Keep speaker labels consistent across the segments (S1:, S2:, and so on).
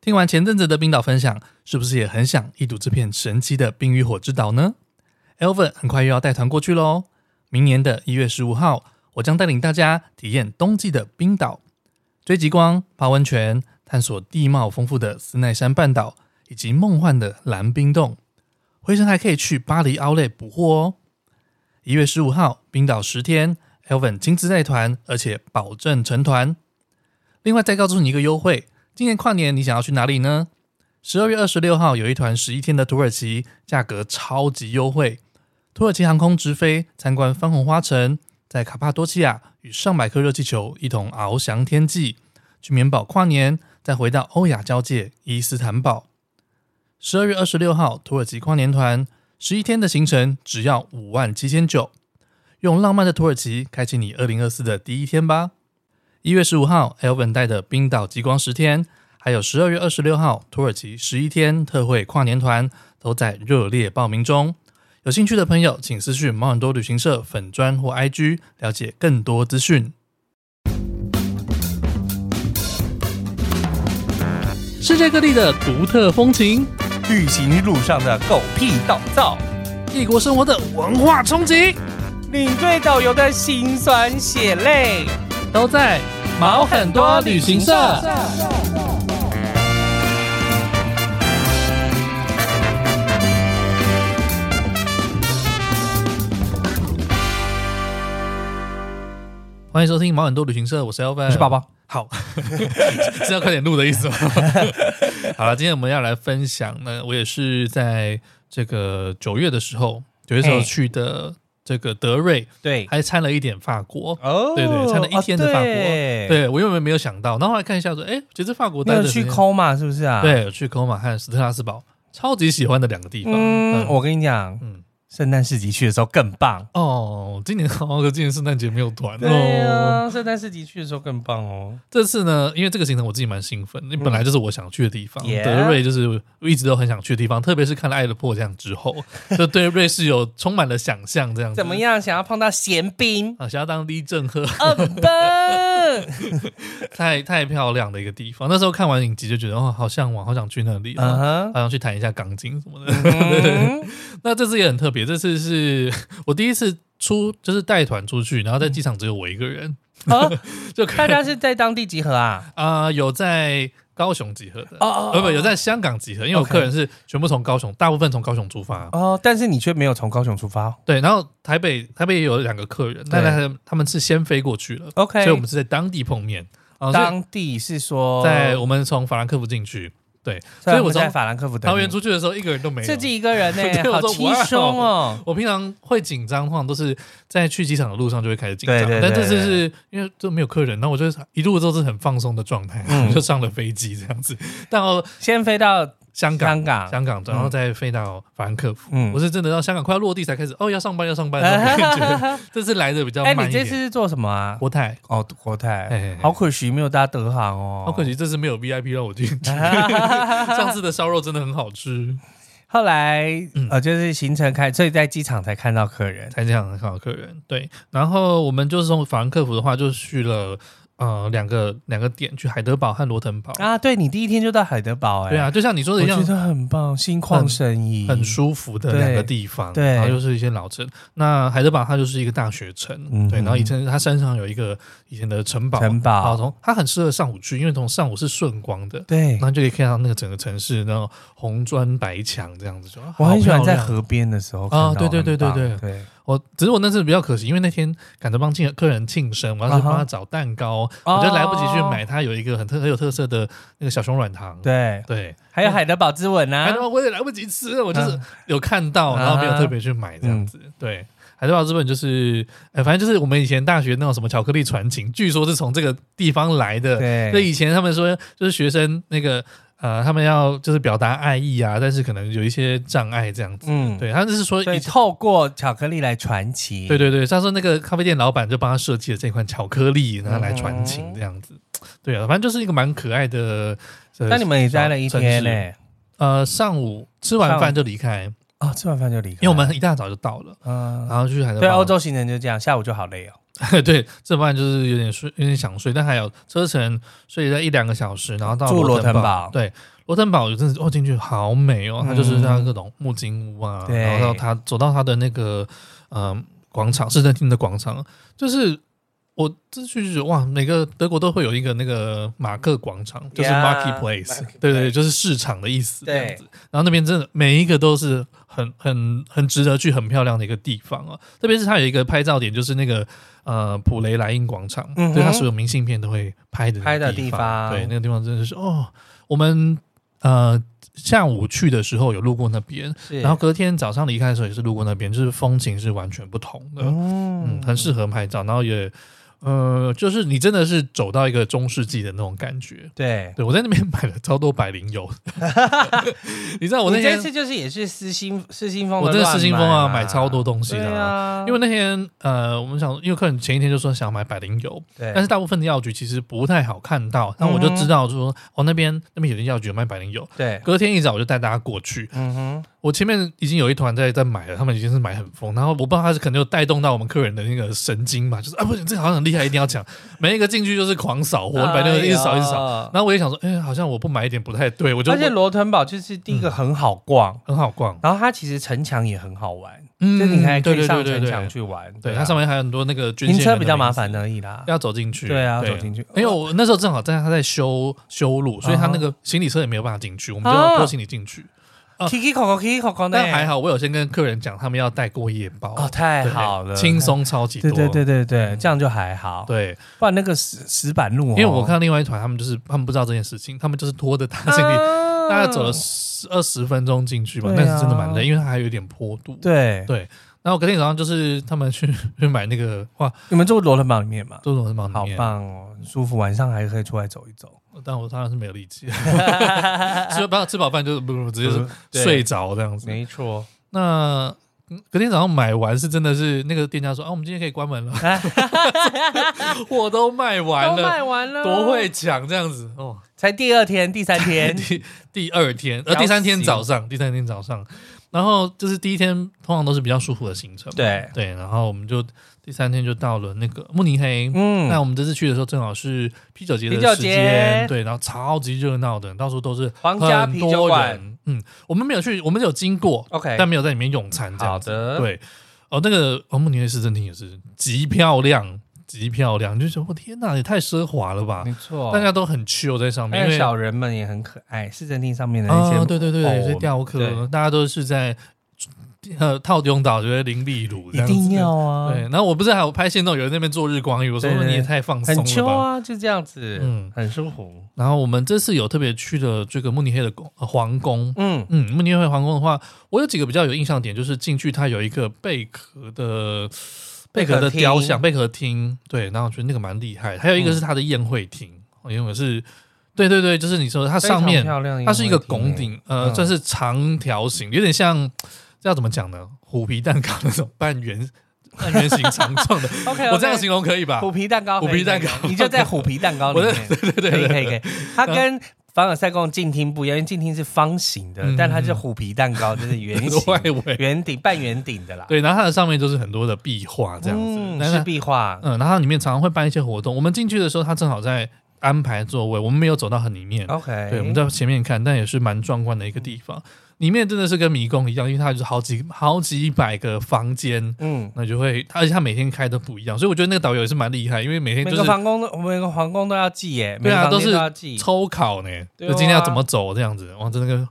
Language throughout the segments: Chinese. S1: 听完前阵子的冰岛分享，是不是也很想一睹这片神奇的冰与火之岛呢？Elvin 很快又要带团过去喽。明年的一月十五号，我将带领大家体验冬季的冰岛，追极光、泡温泉，探索地貌丰富的斯奈山半岛以及梦幻的蓝冰洞。回程还可以去巴黎奥莱补货哦。一月十五号，冰岛十天，Elvin 亲自带团，而且保证成团。另外再告诉你一个优惠，今年跨年你想要去哪里呢？十二月二十六号有一团十一天的土耳其，价格超级优惠。土耳其航空直飞参观番红花城，在卡帕多奇亚与上百颗热气球一同翱翔天际，去棉堡跨年，再回到欧亚交界伊斯坦堡。十二月二十六号，土耳其跨年团十一天的行程只要五万七千九，用浪漫的土耳其开启你二零二四的第一天吧。一月十五号，Elvin 带的冰岛极光十天，还有十二月二十六号土耳其十一天特惠跨年团都在热烈报名中。有兴趣的朋友，请私讯毛很多旅行社粉砖或 IG 了解更多资讯。世界各地的独特风情，
S2: 旅行路上的狗屁倒灶，
S1: 异国生活的文化冲击，
S2: 领队导游的辛酸血泪，
S1: 都在毛很多旅行社。欢迎收听毛很多旅行社，我是 Elvin，
S2: 我是宝宝。
S1: 好， 是要快点录的意思吗？好了，今天我们要来分享呢，我也是在这个九月的时候，九月时候
S2: 哎
S1: 去的这个德瑞，
S2: 对，
S1: 还掺了一点法国。
S2: 哦
S1: 对对，掺了一天的法国。
S2: 对，
S1: 对我原本没有想到，然后后来看一下说，哎，其实法国
S2: 你
S1: 待
S2: 有
S1: 的时
S2: 去
S1: 间
S2: 抠嘛？是不是啊？，
S1: 对，有去科马和斯特拉斯堡，超级喜欢的两个地方。
S2: 嗯，
S1: 嗯
S2: 我跟你讲，
S1: 嗯
S2: 圣诞市集去的时候更棒。
S1: 哦，今年好，可今年圣诞节没有团
S2: 对
S1: 哦。
S2: 啊，圣诞市集去的时候更棒哦。
S1: 这次呢，因为这个行程我自己蛮兴奋，因为本来就是我想去的地方，
S2: 嗯 Yeah
S1: 德瑞就是我一直都很想去的地方，特别是看了《爱的迫降》之 后，就对瑞士有充满了想象，这样子
S2: 怎么？样？想要碰到咸冰？
S1: 啊，想要当李正赫，
S2: 嗯 笨
S1: 太太漂亮的一个地方。那时候看完影集就觉得，哦，好向往，好想去那里，
S2: 嗯
S1: 哦
S2: 哼，
S1: 好想去弹一下钢琴什么的。
S2: 嗯
S1: 那这次也很特别，这次是 我第一次出，就是带团出去，然后在机场只有我一个人，
S2: 啊，
S1: 就可
S2: 大家是在当地集合啊？
S1: 啊、有在高雄集合的，
S2: 哦哦
S1: 呃不，有在香港集合，因为我
S2: OK
S1: 个人是全部从高雄，大部分从高雄出发。
S2: 哦，但是你却没有从高雄出发哦。
S1: 对，然后台北台北也有两个客人，但
S2: 对
S1: 他他们是先飞过去了
S2: OK，
S1: 所以我们是在当地碰面。啊、所以
S2: 当地哦是说
S1: 在我们从法兰克福进去，对，
S2: 所
S1: 所
S2: 以
S1: 以
S2: 我
S1: 我
S2: 在
S1: 从
S2: 法兰克福等
S1: 桃
S2: 你
S1: 园出去的时候一个人都没有，
S2: 自己一个人呢、
S1: 对
S2: 好
S1: 我说哇
S2: 轻松哦。
S1: 我平常会紧张，通常都是在去机场的路上就会开始紧张，
S2: 对对对
S1: 但这次是因为都没有客人，那我就是一路都是很放松的状态，
S2: 嗯
S1: 就上了飞机这样子，到
S2: 先飞到
S1: 香港。
S2: 香港，
S1: 香港，然后再飞到法兰克福。
S2: 嗯
S1: 我是真的到香港快要落地才开始，哦，要上班要 上班的那种感觉。这次来的比较
S2: 哎、
S1: 慢 一
S2: 你这
S1: 点。
S2: 次是做什么啊？
S1: 国泰，
S2: 哦，国泰，
S1: 哎
S2: 好可惜没有搭德航哦，
S1: 好可。惜这次没有 VIP 让我进 去。上次的烧肉真的很好吃，
S2: 后来、
S1: 嗯
S2: 呃，就是行程开，所以在机场才看到客人。
S1: 才这样很好客人。对，然后我们就是从法兰克福的话，就去了呃两个两个点，去海德堡和罗腾堡。
S2: 啊，对你第一天就到海德堡、
S1: 嗯
S2: 哎，
S1: 对，啊，就像你说的
S2: 我
S1: 一
S2: 觉
S1: 样，
S2: 得很棒，心旷神怡，
S1: 很舒服的
S2: 对
S1: 两个地方，
S2: 嗯对
S1: 然后又是一些老城。那海德堡它就是一个大学城，
S2: 嗯
S1: 对，
S2: 哼
S1: 然后以前它山上有一个以前的城堡，
S2: 城
S1: 然后
S2: 堡，
S1: 从它很适合上午去，因为从上午是顺光的，
S2: 对
S1: 然，后就可以看到那个整个城市，然后红砖白墙这样子，就
S2: 我很喜欢
S1: 好漂
S2: 在。
S1: 亮
S2: 河边的时候
S1: 啊
S2: 看到
S1: 对对对
S2: 很棒
S1: 对对
S2: 对，
S1: 我只是我那次比较可惜，因为那天赶着帮庆客人庆生，我要去帮
S2: 啊哈
S1: 他找蛋糕，
S2: 哦
S1: 我就来不及去买。它有一个很特很有特色的那个小熊软糖，
S2: 对，
S1: 对，
S2: 还有海德堡之吻啊
S1: 海德，堡我也来不及吃，我就是
S2: 嗯
S1: 有看到，然后没有
S2: 啊哈
S1: 特别去买这样子。对，海德堡这本就是，呃，反正就是我们以前大学那种什么巧克力传情，据说是从这个地方来的。
S2: 对，
S1: 嗯对，以前他们说就是学生那个呃，他们要就是表达爱意啊，但是可能有一些障碍这样子。
S2: 嗯，
S1: 对，他就是说
S2: 所以
S1: 以前。
S2: 透过巧克力来传奇。
S1: 对对对，他说那个咖啡店老板就帮他设计了这款巧克力，然后来传情
S2: 嗯
S1: 这样子。对啊，反正就是一个蛮可爱的。呃
S2: 那你们也待了一天呢、
S1: 城市呃，上午吃完
S2: 上
S1: 饭就离开，因
S2: 哦，吃完饭就离开，
S1: 为我们一大早就到了，
S2: 嗯、
S1: 然后去海德堡。
S2: 对欧洲行程就这样，下午就好累哦。
S1: 对，这半就是有点睡，有点想睡，但还有车程睡了一两个小时，然后到
S2: 住
S1: 罗
S2: 罗腾
S1: 堡
S2: 堡，
S1: 对。罗腾堡有阵子哦，进去好美哦，它就是
S2: 嗯
S1: 它各种木金屋啊，
S2: 对
S1: 然后到它走到它的那个呃广场，市政厅的广场，就是我这去就觉得哇，每个德国都会有一个那个马克广场，就是
S2: Yeah，
S1: marketplace，
S2: marketplace
S1: 对对，对就是市场的意思这
S2: 对
S1: 样子。然后那边真的每一个都是很很很值得去、很漂亮的一个地方哦。特别是它有一个拍照点，就是那个呃普雷莱茵广场，
S2: 嗯哼
S1: 就是它所有明信片都会拍的那个
S2: 拍的
S1: 地
S2: 地方
S1: 对，那个地方真的是哦，我们呃下午去的时候有路过那边，
S2: 是
S1: 然后隔天早上离开的时候也是路过那边，就是风情是完全不同的。嗯，
S2: 嗯
S1: 很适合拍照，然后也，呃，就是你真的是走到一个中世纪的那种感觉。
S2: 对。
S1: 对我在那边买了超多百灵 油，你知道我那
S2: 你这
S1: 天
S2: 次就是也是失心失心疯，
S1: 我真的失心疯啊，买超多东西
S2: 对
S1: 的啊、
S2: 啊，
S1: 因为那天呃，我们想，因为客人前一天就说想买百灵油，
S2: 对，嗯
S1: 但是大部分的药局其实不太好看到，然后我就知道说，哦那边那边有间药局有卖百灵油，
S2: 对，
S1: 隔天一早我就带大家过去，
S2: 嗯哼，
S1: 我前面已经有一团在在买了，他们已经是买很疯，然后我不知道他是可能有带动到我们客人的那个神经吧，就是啊不行，这个好像很厉害，一定要 抢，每一个进去就是狂扫
S2: 哎
S1: 货，反正一直扫一直扫。
S2: 扫。
S1: 然后我也想说，哎、好像我不买一点不太对，我就嗯
S2: 而且罗屯堡就是第一个很好逛，
S1: 很好逛，
S2: 然后它其实城墙也很好玩，
S1: 嗯
S2: 就你还
S1: 对
S2: 可以
S1: 对对
S2: 上
S1: 对
S2: 城墙
S1: 对，
S2: 去玩。
S1: 对
S2: 啊
S1: 它上面还有很多那个军
S2: 停
S1: 线
S2: 车比较麻烦，而已啦。
S1: 要走进去，
S2: 对啊，走进去。
S1: 因为我那时候正好在他在修修
S2: 啊
S1: 路，所以他那个行李车也没有办法进去，我们就要拖行李进去。
S2: 哦
S1: 啊
S2: Kiki 口口 Kiki 口口呢？
S1: 但还好，我有先跟客人讲，他们要带过夜包，
S2: 哦，太
S1: 对
S2: 好了，
S1: 轻。松超级
S2: 对
S1: 多。嗯
S2: 对对对对，这样就还好。，
S1: 对，
S2: 不然那个石石板路哦，
S1: 因为我看到另外一团，他们就是他们不知道这件事情，他们就是拖着大行李，
S2: 啊
S1: 大概走了十二十分钟进去吧，
S2: 对
S1: 那
S2: 啊
S1: 是真的蛮累，因为它还有一点坡度。，
S2: 对
S1: 对然后隔天早上就是他们去去买那个哇，
S2: 你们住罗伦堡里面嘛？
S1: 周总是忙
S2: 好
S1: 里面，
S2: 棒哦，很舒服，晚上还可以出来走一走。
S1: 但我当然是没有力 气，吃饱吃饱饭就不不直接是
S2: 对
S1: 睡着这样子。
S2: 没错，
S1: 那嗯隔天早上买完是真的是那个店家说啊，我们今天可以关门 了， 货都卖完
S2: 都
S1: 了，
S2: 卖完了，
S1: 多会抢这样子哦。
S2: 才第二天、第三天
S1: 第第二天，呃，
S2: 要
S1: 第三天
S2: 死
S1: 早上，第三天早上，然后就是第一天通常都是比较舒服的行程嘛，
S2: 对
S1: 对，然后我们就第三天就到了那个慕尼黑。
S2: 嗯
S1: 那我们这次去的时候正好是啤酒节的
S2: 啤酒
S1: 时间，
S2: 节
S1: 对，然后超级热闹的，到处都是
S2: 皇家
S1: 很
S2: 啤
S1: 多
S2: 酒馆
S1: 人。嗯，我们没有去，我们有经过
S2: OK
S1: 但没有在里面用餐这样
S2: 好
S1: 子。
S2: 的，，
S1: 对，哦，那个哦，慕尼黑市政厅也是极漂亮，极漂亮，就觉得我哦天哪，也太奢华了吧！
S2: 没错。
S1: 大家都很 chill 在上
S2: 哦还
S1: 面，因为
S2: 有
S1: 哦
S2: 小人们也很可爱，市政厅上面的那些，
S1: 对对对，
S2: 偶
S1: 有些雕刻，
S2: 对
S1: 大家都是在呃套中岛，就是林立鲁这
S2: 一
S1: 样子
S2: 定要啊，
S1: 对。然后我不是还有拍线动，有人在那边做日光浴，我说
S2: 对对
S1: 你也太放松
S2: 很
S1: 了
S2: 秋
S1: 吧。
S2: 啊，就这样子，
S1: 嗯
S2: 嗯，很舒服，
S1: 然后我们这次有特别去了这个慕尼黑的宫、呃皇宫。
S2: 嗯，
S1: 嗯，慕尼黑皇宫的话，我有几个比较有印象点，就是进去它有一个贝壳的贝壳的
S2: 贝壳厅
S1: 雕像，贝壳厅，对，然后我觉得那个蛮厉害。还有一个是它的宴会厅，哦宴会是，对对对，就是你说它上
S2: 非
S1: 面
S2: 常漂亮，
S1: 它是一个拱，顶，呃，
S2: 嗯
S1: 算是长条形，有点像这要怎么讲呢？虎皮蛋糕那种半圆、 半圆形长状的，
S2: OK，
S1: 我这样形容可以吧
S2: 虎？皮蛋糕，
S1: 虎皮蛋糕
S2: 你就在虎皮蛋糕 里
S1: 我在
S2: 面，
S1: 对对
S2: 可
S1: 对嗯
S2: 以可以
S1: 对，
S2: 可以，它跟凡尔赛宫静厅不一样，因为静厅是方形的
S1: 嗯，
S2: 但它是虎皮蛋糕，就是圆
S1: 对 外
S2: 形、
S1: 围
S2: 圆顶、半圆顶的啦。
S1: 对，然后它的上面就是很多的壁画这样子
S2: 嗯，
S1: 但
S2: 是
S1: 是
S2: 壁画，
S1: 嗯，然后它里面常常会办一些活动。我们进去的时候，它正好在安排座位，我们没有走到很里面，
S2: 哦 OK，
S1: 嗯对，我们在前面看，但也是蛮壮观的一个地方。里面真的是跟迷宫一样，因为它就是好几好几百个房间，
S2: 嗯，
S1: 那就会，而且他每天开都不一样，所以我觉得那个导游也是蛮厉害，因为每天
S2: 每
S1: 就
S2: 个
S1: 是
S2: 皇宫都，我们每个皇宫都要记耶，每
S1: 对
S2: 个
S1: 啊
S2: 房间
S1: 都是
S2: 都要记。
S1: 抽考呢，
S2: 对
S1: 就
S2: 啊
S1: 今天要怎么走这样子，哇，真的跟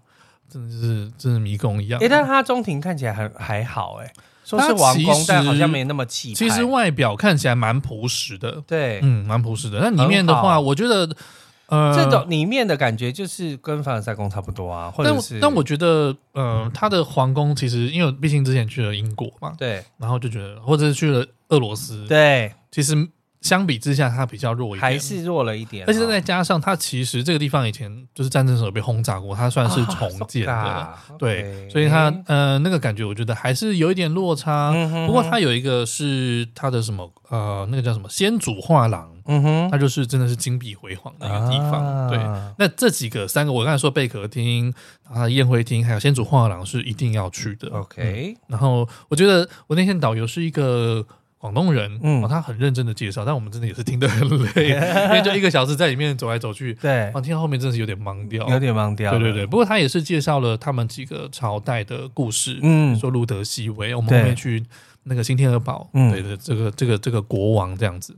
S1: 真的是真的迷宫一样
S2: 诶，。但它中庭看起来很还好，哎，说
S1: 它
S2: 是王
S1: 其
S2: 宫，但好
S1: 实
S2: 像没那么气派。
S1: 其实外表看起来蛮朴实的，
S2: 对，
S1: 嗯，蛮朴实的。那里面的
S2: 很
S1: 话，
S2: 好
S1: 我觉得呃，
S2: 这种里面的感觉就是跟凡尔赛宫差不多啊，或
S1: 但
S2: 者
S1: 我
S2: 是
S1: 但我觉得，呃，他的皇宫其实，因为我毕竟之前去了英国嘛，
S2: 对
S1: 然后就觉得，或者是去了俄罗斯，
S2: 对
S1: 其实相比之下，它比较弱一点，
S2: 还是弱了一点哦，
S1: 而且再加上它其实这个地方以前就是战争时候被轰炸过，它算是重建的，
S2: 啊
S1: 对，
S2: OK
S1: 所以它呃那个感觉我觉得还是有一点落差。
S2: 嗯哼
S1: 不过它有一个是它的什么呃那个叫什么先祖画廊，
S2: 嗯哼
S1: 它就是真的是金碧辉煌的一个地方。对，
S2: 啊
S1: 那这几个三个我刚才说贝壳厅、啊宴会厅还有先祖画廊是一定要去的。嗯
S2: ，OK，
S1: 然后我觉得我那天导游是一个广东人，
S2: 嗯
S1: 嗯、他很认真的介绍，但我们真的也是听得很累，因为就一个小时在里面走来走去，
S2: 对
S1: 啊，，听到后面真的是有点懵掉，
S2: 有点忘掉。
S1: 对对，对。不过他也是介绍了他们几个朝代的故事，
S2: 嗯
S1: 说路德西韦，我们
S2: 对
S1: 后面去那个新天鹅堡，
S2: 嗯
S1: 对对，这个这个这个国王这样子。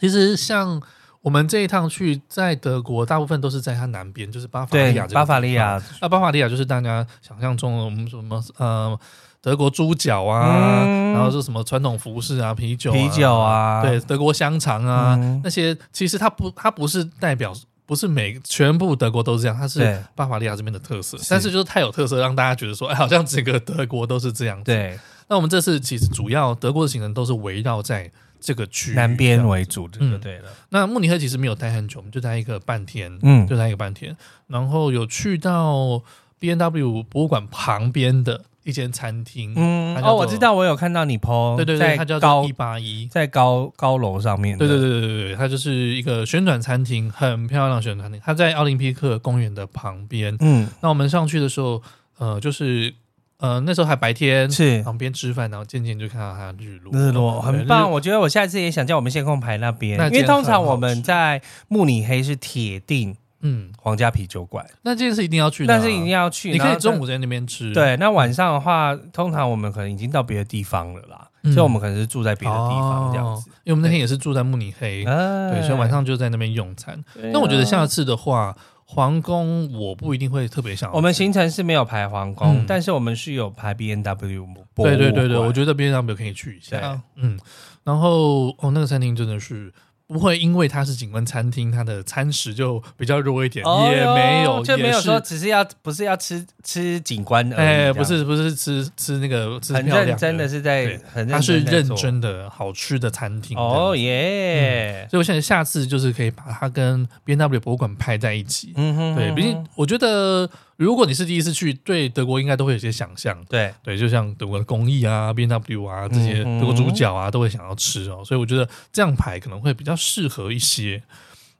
S1: 其实像我们这一趟去，在德国大部分都是在它南边，就是巴伐利亚
S2: 对，
S1: 这个地
S2: 巴
S1: 方
S2: 伐利亚，
S1: 那巴伐利亚就是大家想象中的我们什么呃德国猪脚啊，
S2: 嗯
S1: 然后是什么传统服饰啊、啤酒、
S2: 啤酒啊
S1: 对，德国香肠啊、
S2: 嗯
S1: 那些，其实它不它不是代表。不是每全部德国都是这样，它
S2: 对
S1: 是巴伐利亚这边的特色，
S2: 是
S1: 但是就是太有特色，让大家觉得说，哎，好像整个德国都是这样。，
S2: 对，
S1: 那我们这次其实主要德国的行程都是围绕在这个区域
S2: 南边
S1: 这样
S2: 为主，这就对了。
S1: 那慕尼黑其实没有待很久，我们就待一个半天，
S2: 嗯
S1: 就待一个半天，然后有去到 B N W 博物馆旁边的一间餐厅，
S2: 嗯
S1: 它，叫
S2: 哦，
S1: 做
S2: 我知，道，我有看到你 PO，
S1: 对对对，它
S2: 在
S1: 叫
S2: 高
S1: 做一八一，
S2: 在高高楼上面的，
S1: 对对对对对对，它就是一个旋转餐厅，很漂亮的旋转餐厅，它在奥林匹克公园的旁边。
S2: 嗯，
S1: 那我们上去的时候，呃，就是呃那时候还白天，
S2: 是
S1: 旁边吃饭，然后渐渐就看到它的日落，
S2: 日落
S1: 对
S2: 很棒，。
S1: 日
S2: 我觉得我下次也想叫我们线控排那边，
S1: 那
S2: 因为
S1: 间
S2: 通常
S1: 很好
S2: 我们
S1: 吃
S2: 在慕尼黑是铁定
S1: 嗯，
S2: 皇家啤酒馆，
S1: 那这件事一定要去的啊，
S2: 但是一定要去，
S1: 你可
S2: 然
S1: 以
S2: 后
S1: 中午在那边吃，
S2: 对，那晚上的话，通常我们可能已经到别的地方了啦，
S1: 嗯
S2: 所以我们可能是住在别的地方这样子哎
S1: 哦。因为我们那天也是住在慕尼黑，
S2: 对
S1: 对，所以晚上就在那边用餐。
S2: 那
S1: 那我觉得下次的话，皇宫我不一定会特别想要去。
S2: 我们行程是没有排皇宫，
S1: 嗯
S2: 但是我们是有排 B N W 博物
S1: 对对对对，
S2: 馆
S1: 我觉得 B N W 可以去一
S2: 对
S1: 下。嗯，然后哦，那个餐厅真的是。不会，因为它是景观餐厅，它的餐食就比较弱一点，
S2: 哦
S1: 也没有，
S2: 就没有
S1: 也是
S2: 说只是要不是要吃吃景观而已，
S1: 哎，
S2: 这样
S1: 不是不是吃吃那个吃
S2: 很
S1: 漂亮
S2: 认真的，是在
S1: 对
S2: 很
S1: 它是
S2: 在
S1: 认
S2: 做
S1: 真的好吃的餐厅
S2: 哦
S1: 哦。
S2: 耶，
S1: 所以我想下次就是可以把它跟 B N W 博物馆拍在一起，
S2: 嗯哼
S1: 对，毕竟我觉得，如果你是第一次去，对德国应该都会有些想象。
S2: 对
S1: 对，就像德国的工艺啊、B N W 啊这些
S2: 嗯哼
S1: 德国猪脚啊，都会想要吃哦。所以我觉得这样排可能会比较适合一些。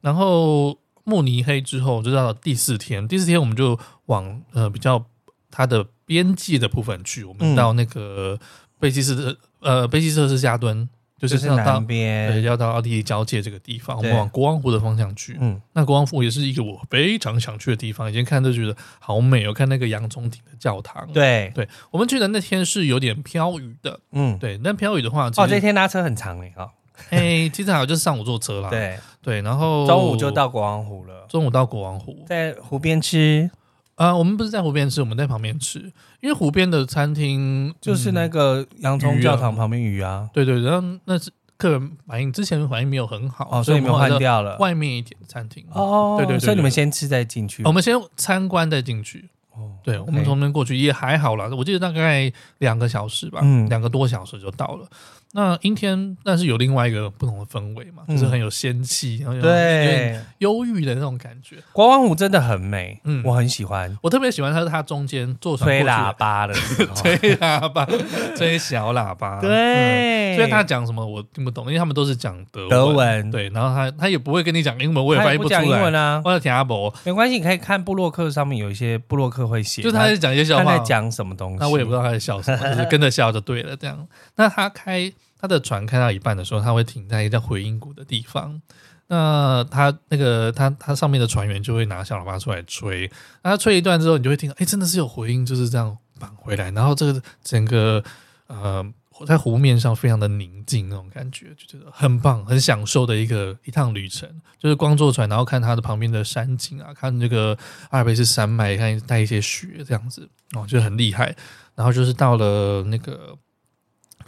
S1: 然后慕尼黑之后，就到了第四天，第四天我们就往呃比较它的边界的部分去，我
S2: 嗯
S1: 们到那个贝希斯特呃贝希斯特斯加敦，就
S2: 就是是
S1: 要到
S2: 南边
S1: 对，要到奥地利交界这个地方，我们
S2: 对
S1: 往国王湖的方向去。
S2: 嗯
S1: 那国王府也是一个我非常想去的地方，以前看都觉得好美哦，看那个洋葱顶的教堂。，
S2: 对
S1: 对我们去的那天是有点飘雨的，
S2: 嗯
S1: 对，那飘雨的话，其
S2: 哦
S1: 实
S2: 这天拉车很长哎哦
S1: 哎，其实好像就是上午坐车啦，
S2: 对
S1: 对，然后
S2: 中午就到国王湖了。
S1: 中午到国王湖，
S2: 在湖边吃，
S1: 啊，我们不是在湖边吃，我们在旁边吃，因为湖边的餐厅
S2: 就是那
S1: 嗯
S2: 个洋葱
S1: 鱼啊
S2: 教堂旁边鱼啊，
S1: 对对，然后那是客人反应之前反应没有很好，
S2: 哦，所以你
S1: 啊我
S2: 们
S1: 后来
S2: 换
S1: 到
S2: 掉了，
S1: 外面一点的餐厅，
S2: 哦，
S1: 对对对对哦
S2: 所以你们先吃再进去
S1: 我，们先参观再进去。
S2: 哦
S1: 对，我们
S2: OK
S1: 从那边过去也还好啦，我记得大概两个小时吧，
S2: 嗯
S1: 两个多小时就到了。那阴天，但是有另外一个不同的氛围嘛，就是
S2: 嗯
S1: 很有仙气，然后有有点
S2: 对，
S1: 忧郁的那种感觉。
S2: 国王湖真的很美，
S1: 嗯
S2: 我很喜欢
S1: 我特别喜欢它，它中间坐船
S2: 吹
S1: 过去
S2: 喇叭的时 候，
S1: 吹喇叭， 吹小喇叭。
S2: 对，
S1: 嗯，所以他讲什么我听不懂，因为他们都是讲德
S2: 德文，
S1: 对，然后他他也不会跟你讲英文，我也
S2: 他
S1: 翻译
S2: 也不
S1: 出
S2: 讲英文
S1: 来。
S2: 啊，
S1: 我的天阿伯，
S2: 没关系，你可以看布洛克上面有一些布洛克会写，
S1: 就是他在讲一些笑
S2: 他
S1: 话
S2: 在，讲什么东西，
S1: 那我也不知道他在笑什么， 就是跟着笑就对了。这样，那他开他的船开到一半的时候，他会停在一个叫回音谷的地方。那他那个他他上面的船员就会拿小喇叭出来吹，那他吹一段之后，你就会听到，哎，真的是有回音，就是这样返回来。然后这个整个呃在湖面上非常的宁静那种感觉，就觉得很棒，很享受的一个一趟旅程。就是光坐船，然后看它的旁边的山景啊，看这个阿尔卑斯山脉，看带一些雪这样子，哦，就很厉害。然后就是到了那个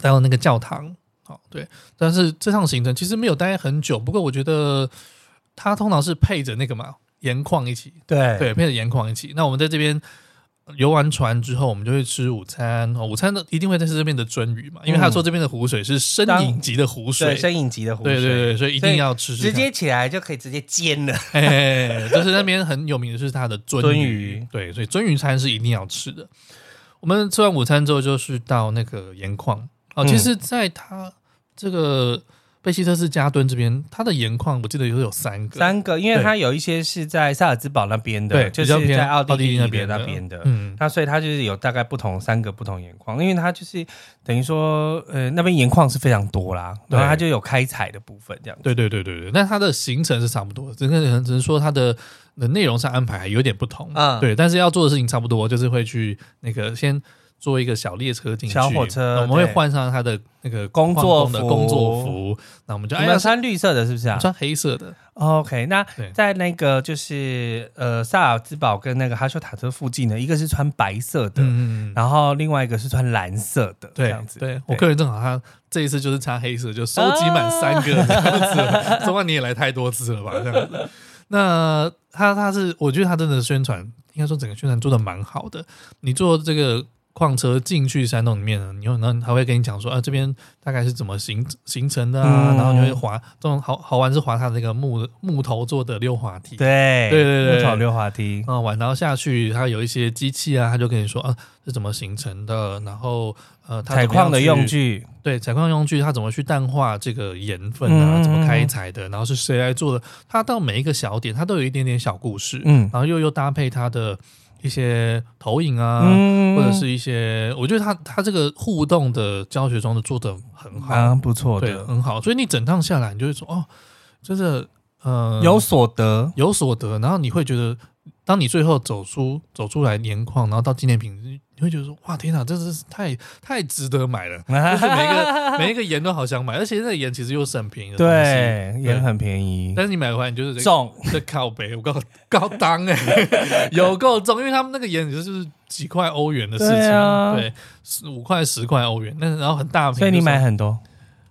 S1: 到了那个教堂，哦，对，但是这趟行程其实没有待很久，不过我觉得它通常是配着那个嘛盐矿一起，
S2: 对
S1: 对，配着盐矿一起。那我们在这边呃游完船之后，我们就会吃午餐，哦、午餐的一定会在吃这边的鳟鱼嘛，因为他说这边的湖水是深
S2: 嗯当
S1: 饮级的湖水
S2: 对，，深影级的湖
S1: 对
S2: 水，
S1: 对对，所以一定要吃吃
S2: 直
S1: 看
S2: 接起来就可以直接煎了，
S1: 哎，就是那边很有名的就是它的鳟
S2: 鳟鱼
S1: 鱼，对，所以鳟鱼餐是一定要吃的。我们吃完午餐之后，就是到那个盐矿哦。
S2: 嗯
S1: 其实，在它这个贝希特斯加敦这边，它的盐矿我记得有有三个，
S2: 三个，因为
S1: 对
S2: 它有一些是在萨尔兹堡那边的，
S1: 对，
S2: 就
S1: 比较
S2: 是
S1: 偏
S2: 在奥
S1: 地
S2: 地
S1: 利
S2: 利
S1: 那
S2: 那
S1: 边
S2: 边
S1: 的
S2: 那边的。
S1: 嗯，
S2: 那所以它就是有大概不同三个不同盐矿，因为它就是等于说，呃，那边盐矿是非常多啦，
S1: 对
S2: 然后它就有开采的部分这样子。
S1: 对对对对对，但它的行程是差不多的，只能只能说它的呃内容上安排还有点不同，
S2: 嗯
S1: 对，但是要做的事情差不多，就是会去那个先做一个小列车进去，
S2: 小火车
S1: 那我们会
S2: 对
S1: 换上他的那个
S2: 工作
S1: 矿工的
S2: 服
S1: 工作服，那我们就哎
S2: 你
S1: 呀
S2: 们穿绿色的是不是啊
S1: 我穿黑色的，
S2: ？OK，那
S1: 对
S2: 在那个就是呃萨尔兹堡跟那个哈修塔特附近呢，一个是穿白色的，
S1: 嗯，
S2: 然后另外一个是穿蓝色的，这
S1: 对
S2: 样子。
S1: 对，我个人正好他这一次就是擦黑色，就收集满三个这样 子，中万你也来太多次了吧这样子。那他他是我觉得他真的宣传，应该说整个宣传做的蛮好的。你坐这个矿车进去山洞里面呢，你有能还会跟你讲说啊，这边大概是怎么形形成的啊，
S2: 嗯
S1: 然后你会滑这种好好玩是滑它那个木木头做的溜滑梯，
S2: 对
S1: 对对对
S2: 木头溜滑梯，
S1: 啊、玩，然后下去，它有一些机器啊，它就跟你说啊是怎么形成的，然后呃，它
S2: 采
S1: 怎么样
S2: 矿的
S1: 去
S2: 用，具，
S1: 对，采矿用具它怎么去淡化这个盐分啊，
S2: 嗯
S1: 怎么开采的，然后是谁来做的，它到每一个小点，它都有一点点小故事，
S2: 嗯
S1: 然后又又搭配它的一些投影啊。
S2: 嗯
S1: 或者是一些，我觉得它它这个互动的教学装置做的很好，
S2: 蛮啊不错
S1: 对，
S2: 的，
S1: 很好，所以你整趟下来，你就会说哦，真的，呃，
S2: 有所得，
S1: 有所得，然后你会觉得，当你最后走出走出来年矿，然后到纪念品，你你会觉得说，哇，天哪，这真是太太值得买了， 就是每一个 每一个盐都好想买，而且那个盐其实又是很便宜的东西，
S2: 对，也很便宜，
S1: 但是你买回来你就是
S2: 重
S1: 这靠北，我告高当哎、 有够重，因为他们那个盐也就是几块欧元的事情，
S2: 对啊
S1: 对，十五块十块欧元，那然后很大瓶，
S2: 所以你买很多，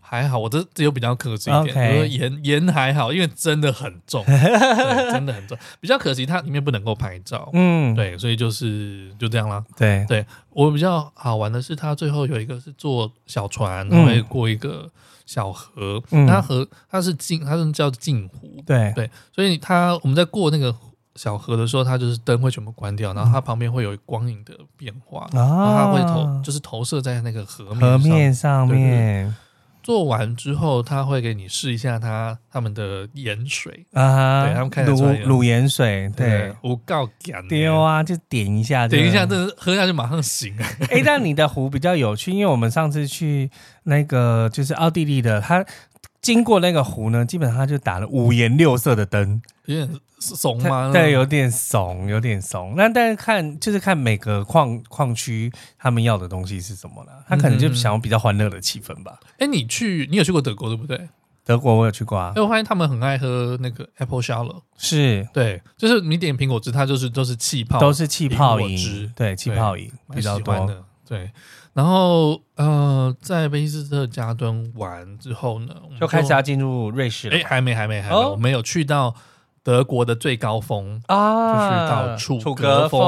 S1: 还好，我这这又比较克制一点。
S2: OK
S1: 我说盐盐还好，因为真的很 重，对真的很重。比较可惜，它里面不能够拍照。
S2: 嗯，
S1: 对，所以就是就这样啦。
S2: 对
S1: 对我比较好玩的是，它最后有一个是坐小船，
S2: 嗯
S1: 会过一个小河。
S2: 嗯
S1: 它河它是镜，它是叫镜湖。
S2: 对
S1: 对，所以它我们在过那个小河的时候，它就是灯会全部关掉，然后它旁边会有光影的变化，
S2: 啊
S1: 然后它会投就是投射在那个河面
S2: 河
S1: 上
S2: 面上面
S1: 做完之后，他会给你试一下他他们的盐水，
S2: 啊，
S1: 对他们看得出来
S2: 卤卤盐水，对，，
S1: 我告干
S2: 丢啊，就点一下，
S1: 等一下，
S2: 这样。
S1: 这喝下去马上醒啊！
S2: 哎，但你的湖比较有趣，因为我们上次去那个就是奥地利的，它经过那个湖呢，基本上它就打了五颜六色的灯，
S1: 有点怂
S2: 它
S1: 吗？
S2: 对，有点怂，有点怂。那但是看就是看每个矿矿区他们要的东西是什么了，他可
S1: 嗯
S2: 能就想要比较欢乐的气氛吧。
S1: 哎，你去你有去过德国对不对？
S2: 德国我有去过啊，
S1: 哎，我发现他们很爱喝那个 apple s h o w e r
S2: 是
S1: 对，就是你点苹果汁，它就是都是气泡，
S2: 都是气泡
S1: 苹果汁
S2: 饮，对，气泡饮
S1: 蛮
S2: 比
S1: 喜
S2: 较
S1: 欢
S2: 多。
S1: 的。对，然后呃，在贝斯特加敦玩之后呢，我们
S2: 就开始要进入瑞士
S1: 哎，
S2: 了
S1: 还没还没还没，
S2: 哦
S1: 我们有去到德国的最高峰。哎就是到楚
S2: 啊呃楚
S1: 格
S2: 格
S1: 峰，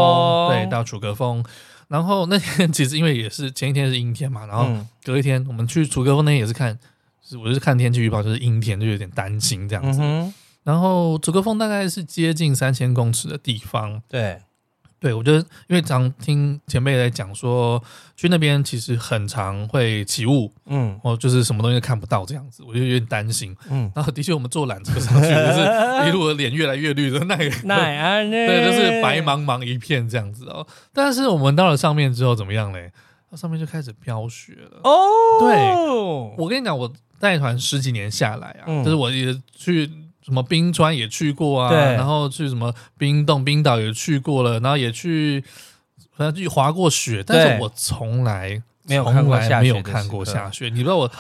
S1: 对，
S2: 峰嗯
S1: 到楚格峰。然后那天 其实因为也是前一天是阴天嘛，然后
S2: 嗯
S1: 隔一天我们去楚格峰那天也是看，是我就是看天气预报，就是阴天，就有点担心这样
S2: 嗯
S1: 子。
S2: 哼，
S1: 然后楚格峰大概是接近三千公尺的地方，
S2: 对，
S1: 对我觉得因为常听前辈在讲说，去那边其实很常会起雾，
S2: 嗯
S1: 哦，就是什么东西都看不到这样子，我就有点担心。
S2: 嗯，
S1: 然后的确我们坐缆车上去，就是一路的脸越来越绿的那个
S2: 那安呢？
S1: 对，就是白。茫茫一片这样子哦。但是我们到了上面之后怎么样嘞？它上面就开始飘雪了。
S2: 哦，
S1: 对，我跟你讲，我带团十几年下来啊，
S2: 嗯
S1: 就是我也去什么冰川也去过啊，
S2: 对
S1: 然后去什么冰洞、冰岛也去过了，然后也去反正去滑过雪，但是我从来。
S2: 没有
S1: 从
S2: 看过
S1: 来
S2: 下
S1: 没
S2: 雪
S1: 有
S2: 的
S1: 看
S2: 时
S1: 过
S2: 刻
S1: 下雪，你知道我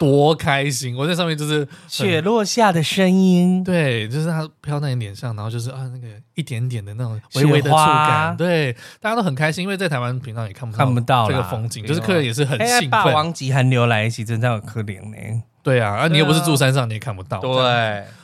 S1: 多开心！我在上面就是
S2: 雪落下的声音，
S1: 对，就是它飘在你脸上，然后就是啊，那个一点点的那种微
S2: 雪
S1: 微的触感，
S2: 花
S1: 对，大家都很开心，因为在台湾平常也看不
S2: 看不到
S1: 这个
S2: 啦
S1: 风景，
S2: 对
S1: 就是客人也是很
S2: 哎，
S1: 兴
S2: 霸
S1: 奋，
S2: 王级寒流来袭，真的有可怜呢。
S1: 对啊，啊，你又不是
S2: 对啊
S1: 住山上，你也看不到，这样，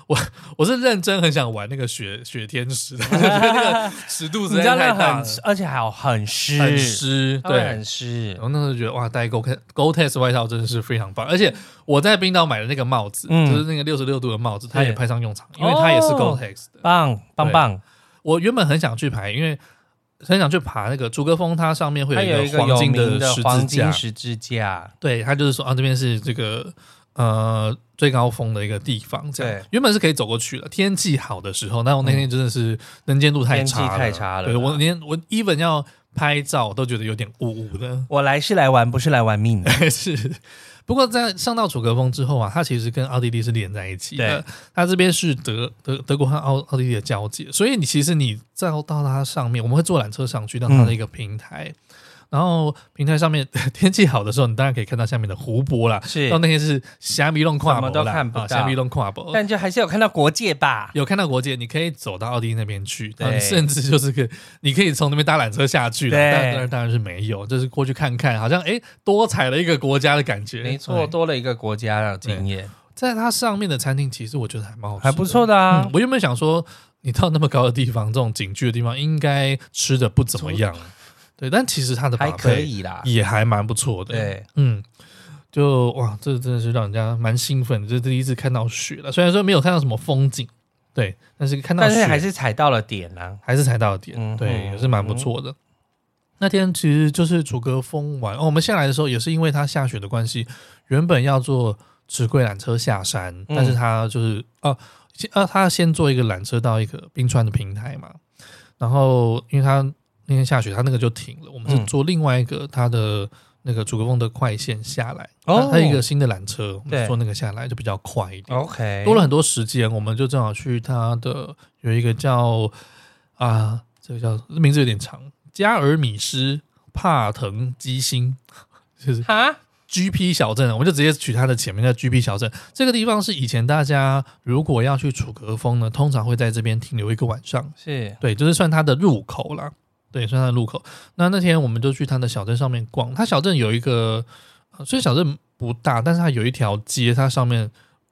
S2: 对，
S1: 我是认真很想玩那个雪雪天使的， 我觉得那个尺度 实
S2: 你知
S1: 在
S2: 道
S1: 太
S2: 那
S1: 大
S2: 很
S1: 了，，
S2: 而且还有很湿，
S1: 很湿，
S2: 它会
S1: 对
S2: 很。湿
S1: 我。那时候觉得哇，戴 Go Go Test 外套真的是非常棒，而且我在冰岛买的那个帽子，
S2: 嗯
S1: 就是那个六十六度的帽子，它也
S2: 对
S1: 派上用场，因为它也是 Go
S2: 哦
S1: Test 的。
S2: 棒棒棒！
S1: 我原本很想去排，因为很想去爬那个竹格峰，它上面会
S2: 它有
S1: 有
S2: 一
S1: 一个
S2: 个
S1: 黄
S2: 有
S1: 金
S2: 名的
S1: 十字
S2: 黄
S1: 架
S2: 金。十字架，
S1: 对，它就是说啊，这边是这个呃最高峰的一个地方，这样
S2: 对嗯
S1: 原本是可以走过去的。天气好的时候，但我那天真的是能见度太差了，
S2: 天气太差了
S1: 对我
S2: 啦
S1: 连我 even 要拍照都觉得有点雾雾的。
S2: 我来是来玩，不是来玩命 的。
S1: 是，不过在上到楚格峰之后啊，它其实跟奥地利是连在一起的
S2: 对。
S1: 它这边是德德德国和奥奥地利的交界，所以你其实你再到它上面，我们会坐缆车上去到它的一
S2: 嗯
S1: 个平台，然后平台上面 天气好的时候，你当然可以看到下面的湖泊啦。
S2: 是
S1: 到那天是虾米弄跨
S2: 什
S1: 博
S2: 么
S1: 啦，
S2: 都看不
S1: 啊
S2: 到
S1: 虾米弄跨博。
S2: 但就还是有看到国界吧？
S1: 有看到国界，你可以走到奥地利那边去，
S2: 对
S1: 然后你甚至就是个，你可以从那边搭缆车下去了。
S2: 对
S1: 但当然当然是没有，就是过去看看，好像诶多踩了一个国家的感觉。
S2: 没
S1: 对
S2: 错，多了一个国家的经验，
S1: 在它上面的餐厅，其实我觉得还蛮好吃，
S2: 还不错
S1: 的。
S2: 的啊
S1: 嗯，。我原本想说，你到那么高的地方，这种景区的地方，应该吃的不怎么样，对。但其实它的
S2: 嗯还
S1: buffet
S2: 可，以啦。
S1: 也还蛮不错的。，
S2: 对，
S1: 嗯，就哇，这真的是让人家蛮兴奋的，这是第一次看到雪了。虽然说没有看到什么风景，对，但是看到
S2: 但
S1: 雪
S2: 是还是踩到了点啊。
S1: 还是踩到点，
S2: 嗯
S1: 对，
S2: 嗯
S1: 也是蛮不错的。那天其实就是楚格峰玩、哦，我们下来的时候也是因为它下雪的关系，原本要坐纸贵缆车下山，但
S2: 嗯
S1: 是它就是哦，先呃，它先坐一个缆车到一个冰川的平台嘛，然后因为它那天下雪，它那个就停了，我们是
S2: 嗯
S1: 坐另外一个它的那个楚格峰的快线下来，
S2: 哦
S1: 它它有一个新的缆车，我们
S2: 对
S1: 坐那个下来就比较快一点。
S2: OK，
S1: 多了很多时间，我们就正好去他的有一个叫啊，这个叫名字有点长，加尔米斯帕腾基辛，就是
S2: 哈，
S1: GP 小镇，啊我们就直接取它的前面叫 GP 小镇。这个地方是以前大家如果要去楚格峰呢，通常会在这边停留一个晚上，
S2: 是
S1: 对，就是算它的入口啦，对，算它的入口。那那天我们就去它的小镇上面逛，它小镇有一个，呃虽然小镇不大，但是它有一条街，它上面